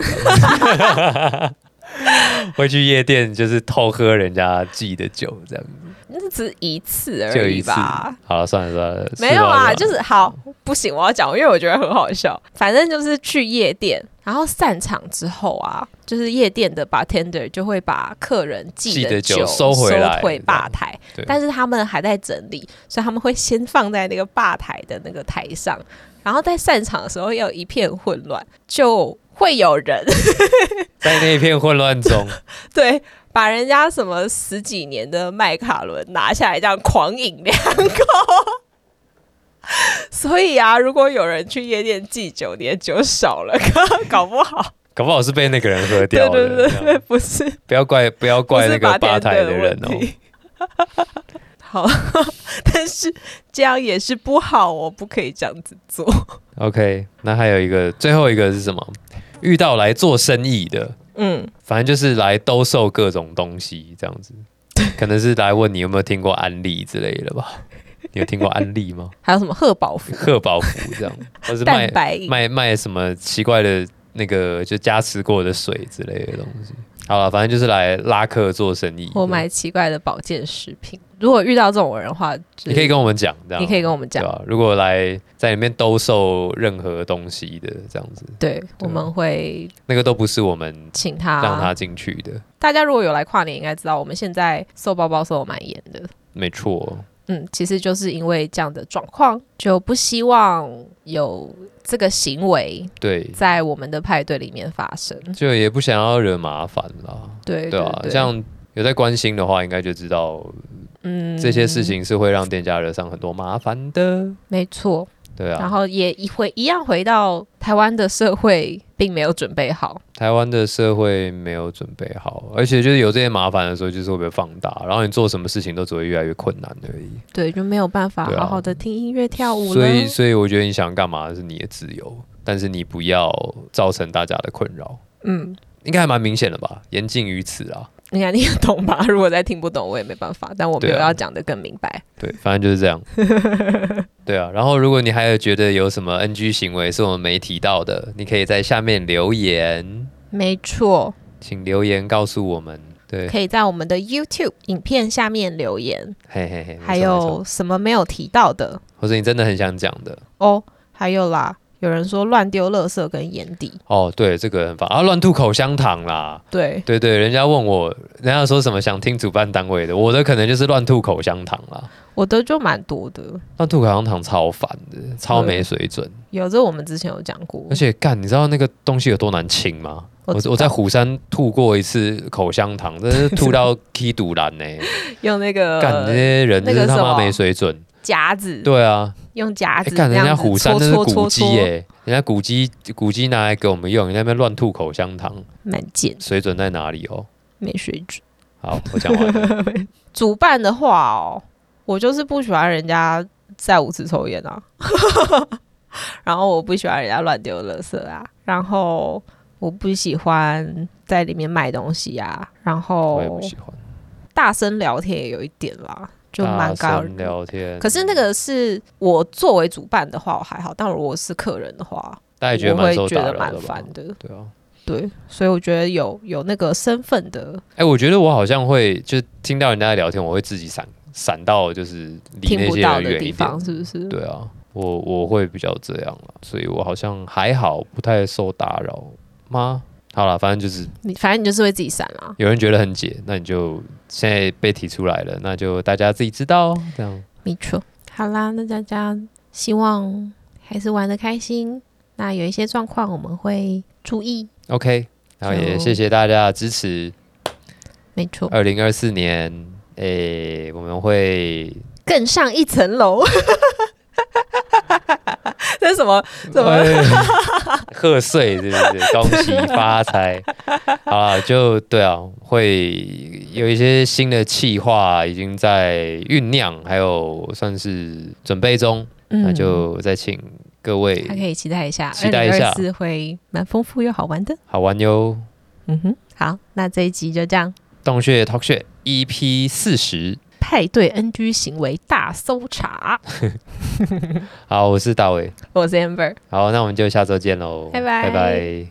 [SPEAKER 1] <laughs> 会去夜店就是偷喝人家寄的酒，这样
[SPEAKER 2] 那只一次
[SPEAKER 1] 就
[SPEAKER 2] 而
[SPEAKER 1] 一
[SPEAKER 2] 已
[SPEAKER 1] 次。
[SPEAKER 2] 吧。
[SPEAKER 1] 好了，算了算了，
[SPEAKER 2] 没有啊，就是是好，不行，我要讲，因为我觉得很好笑。反正就是去夜店，然后散场之后啊，就是夜店的 bartender 就会把客人寄
[SPEAKER 1] 寄的酒
[SPEAKER 2] 酒
[SPEAKER 1] 收回来
[SPEAKER 2] 回吧台
[SPEAKER 1] 这样对，
[SPEAKER 2] 但是他们还在整理，所以他们会先放在那个吧台的那个台上，然后在散场的时候有一片混乱，就会有人
[SPEAKER 1] 在那一片混乱中，
[SPEAKER 2] <laughs> 对。把人家什么十几年的麦卡伦拿下来，这样狂饮两口。 <laughs> 所以啊，如果有人去夜店祭酒，你的酒少了， <laughs> 搞不好
[SPEAKER 1] 搞不好是被那个人喝
[SPEAKER 2] 对
[SPEAKER 1] 掉
[SPEAKER 2] 对
[SPEAKER 1] 的。
[SPEAKER 2] 对
[SPEAKER 1] 这
[SPEAKER 2] 对，
[SPEAKER 1] 样
[SPEAKER 2] 不是
[SPEAKER 1] 不要怪不要
[SPEAKER 2] 不
[SPEAKER 1] 怪那
[SPEAKER 2] 是
[SPEAKER 1] 个吧台
[SPEAKER 2] 吧台
[SPEAKER 1] 的人
[SPEAKER 2] 问
[SPEAKER 1] 哦。
[SPEAKER 2] 题。 <laughs> 好，但是这样也是不好，我不可以这样子做。
[SPEAKER 1] OK，那还有一个最后一个是什么？遇到来做生意的，
[SPEAKER 2] 嗯，
[SPEAKER 1] 反正就是来兜售
[SPEAKER 2] <laughs>
[SPEAKER 1] 各种东西这样子，可能是来问你有没有听过安利之类的吧。你有听过安利
[SPEAKER 2] <laughs>
[SPEAKER 1] 吗？
[SPEAKER 2] 还有什么贺宝福、
[SPEAKER 1] 贺宝福这样，或是
[SPEAKER 2] 蛋
[SPEAKER 1] 卖
[SPEAKER 2] 白饮？
[SPEAKER 1] 卖卖什么奇怪的那个就加持过的水之类的东西。好了，反正就是来拉客做生意。
[SPEAKER 2] 我买奇怪的保健食品。如果遇到这种人的话，就是
[SPEAKER 1] 你可以跟我们讲，这样
[SPEAKER 2] 你可以跟我们讲
[SPEAKER 1] 对，吧？如果来在里面兜售任何东西的这样子，
[SPEAKER 2] 对，我们会
[SPEAKER 1] 那个都不是我们
[SPEAKER 2] 请他。
[SPEAKER 1] 让他进去的，
[SPEAKER 2] 大家如果有来跨年，应该知道我们现在收包包收的蛮严的。
[SPEAKER 1] 没错。
[SPEAKER 2] 嗯，其实就是因为这样的状况，就不希望有这个行为
[SPEAKER 1] 对，
[SPEAKER 2] 在我们的派对里面发生。
[SPEAKER 1] 就也不想要惹麻烦啦，
[SPEAKER 2] 对
[SPEAKER 1] 对啊，这样有在关心的话，应该就知道
[SPEAKER 2] 嗯
[SPEAKER 1] 这些事情是会让店家惹上很多麻烦的。
[SPEAKER 2] 没错。
[SPEAKER 1] 对
[SPEAKER 2] 然
[SPEAKER 1] 啊，
[SPEAKER 2] 后也一回一样回到台湾的社会，并没有准备好。
[SPEAKER 1] 台湾的社会没有准备好，而且就是有这些麻烦的时候，就是会被放大，然后你做什么事情都只会越来越困难而已。
[SPEAKER 2] 对，就没有办法
[SPEAKER 1] 对啊
[SPEAKER 2] 好好的听音乐、跳舞
[SPEAKER 1] 所
[SPEAKER 2] 了。
[SPEAKER 1] 以，所以我觉得你想干嘛是你的自由，但是你不要造成大家的困扰，
[SPEAKER 2] 嗯，
[SPEAKER 1] 应该还蛮明显的吧？言尽于此啊，
[SPEAKER 2] 应该你也懂吧？ <laughs> 如果再听不懂，我也没办法。但我没有
[SPEAKER 1] 对啊
[SPEAKER 2] 要讲的更明白。
[SPEAKER 1] 对，反正就是这
[SPEAKER 2] <laughs>
[SPEAKER 1] 样。对啊，然后如果你还有觉得有什么 NG 行为是我们没提到的，你可以在下面留言，
[SPEAKER 2] 没错，
[SPEAKER 1] 请留言告诉我们。对，
[SPEAKER 2] 可以在我们的 YouTube 影片下面留言，
[SPEAKER 1] 嘿嘿嘿，没错
[SPEAKER 2] 还，
[SPEAKER 1] 没错
[SPEAKER 2] 有什么没有提到的
[SPEAKER 1] 或者你真的很想讲的，
[SPEAKER 2] 哦？还有啦，有人说乱丢垃圾跟眼底，
[SPEAKER 1] 哦，对，这个很烦啊，乱吐口香糖啦。
[SPEAKER 2] 对，
[SPEAKER 1] 对对，人家问我，人家说什么想听主办单位的，我的可能就是乱吐口香糖啦。
[SPEAKER 2] 我的就蛮多的。
[SPEAKER 1] 乱吐口香糖超烦的，超没水准。
[SPEAKER 2] 有这我们之前有讲过
[SPEAKER 1] 而，且干，你知道那个东西有多难清吗？
[SPEAKER 2] 我
[SPEAKER 1] 我
[SPEAKER 2] 知道
[SPEAKER 1] 我在虎山吐过一次口香糖，真是吐到踢肚腩呢！
[SPEAKER 2] <laughs> 用那
[SPEAKER 1] 干这
[SPEAKER 2] 个
[SPEAKER 1] 些人
[SPEAKER 2] 呃
[SPEAKER 1] 真
[SPEAKER 2] 那个
[SPEAKER 1] 是他
[SPEAKER 2] 什么
[SPEAKER 1] 妈没水准。
[SPEAKER 2] 夹子，
[SPEAKER 1] 对啊，
[SPEAKER 2] 用夹
[SPEAKER 1] 哎
[SPEAKER 2] 子这
[SPEAKER 1] 干人家
[SPEAKER 2] 样子
[SPEAKER 1] 虎山
[SPEAKER 2] 搓
[SPEAKER 1] 那是
[SPEAKER 2] 搓
[SPEAKER 1] 古
[SPEAKER 2] 搓
[SPEAKER 1] 迹
[SPEAKER 2] 搓，
[SPEAKER 1] 耶，人家古迹古迹拿来给我们用，你在那边乱吐口香糖，
[SPEAKER 2] 蛮贱，
[SPEAKER 1] 水准在哪里哦？
[SPEAKER 2] 没水准。
[SPEAKER 1] 好，我讲完
[SPEAKER 2] <laughs>
[SPEAKER 1] 了。
[SPEAKER 2] 主办的话哦，我就是不喜欢人家在舞池抽烟啊，然后我不喜欢人家乱丢垃圾啊，然后我不喜欢在里面卖东西啊，然
[SPEAKER 1] 我也不
[SPEAKER 2] 后
[SPEAKER 1] 喜欢
[SPEAKER 2] 大声聊天也有一点啦，就蛮
[SPEAKER 1] 大
[SPEAKER 2] 高
[SPEAKER 1] 声。聊天，
[SPEAKER 2] 可是那个是我作为主办的话，我还好；但如果是客人的话，
[SPEAKER 1] 大家也觉得
[SPEAKER 2] 我
[SPEAKER 1] 蛮
[SPEAKER 2] 会
[SPEAKER 1] 受
[SPEAKER 2] 觉
[SPEAKER 1] 打
[SPEAKER 2] 得
[SPEAKER 1] 扰
[SPEAKER 2] 蛮
[SPEAKER 1] 的吧
[SPEAKER 2] 烦？的。
[SPEAKER 1] 对啊，
[SPEAKER 2] 对，所以我觉得有有那个身份的
[SPEAKER 1] 哎、我觉得我好像会就听到人家在聊天，我会自己闪闪到就是离
[SPEAKER 2] 听
[SPEAKER 1] 那
[SPEAKER 2] 不
[SPEAKER 1] 些
[SPEAKER 2] 到
[SPEAKER 1] 人
[SPEAKER 2] 的
[SPEAKER 1] 远
[SPEAKER 2] 地
[SPEAKER 1] 一点
[SPEAKER 2] 方，。是不是？
[SPEAKER 1] 对啊，我我会比较这样啦，所以我好像还好，不太受打扰吗？好啦，反正就是
[SPEAKER 2] 你反正你就是会自己闪啊啦、
[SPEAKER 1] 有人觉得很解，那你就现在被提出来了，那就大家自己知道哦这样。
[SPEAKER 2] 没错。好啦，那大家希望还是玩的开心。那有一些状况我们会注意，
[SPEAKER 1] OK，然后也
[SPEAKER 2] 就
[SPEAKER 1] 谢谢大家的支持。
[SPEAKER 2] 没错，
[SPEAKER 1] 二零二四年，诶、我们会
[SPEAKER 2] 更上一层楼。 <laughs> 这是什么？怎么
[SPEAKER 1] 哎 <laughs> 贺岁是不是？恭喜发
[SPEAKER 2] <laughs>
[SPEAKER 1] 财！好了，就对啊，会有一些新的企划已经在酝酿，还有算是准备中，
[SPEAKER 2] 嗯
[SPEAKER 1] 那就再请各位
[SPEAKER 2] 还可以期待一下，
[SPEAKER 1] 期待一下
[SPEAKER 2] 二四会蛮丰富又好玩的。
[SPEAKER 1] 好玩哟。
[SPEAKER 2] 嗯哼，好，那这一集就这样，
[SPEAKER 1] 洞穴 Talk 穴 EP 四十，
[SPEAKER 2] 派对 NG 行为大搜查。
[SPEAKER 1] 好，我是大伟，
[SPEAKER 2] 我是 Amber。
[SPEAKER 1] 好，那我们就下周见喽，
[SPEAKER 2] 拜
[SPEAKER 1] 拜
[SPEAKER 2] 拜
[SPEAKER 1] 拜。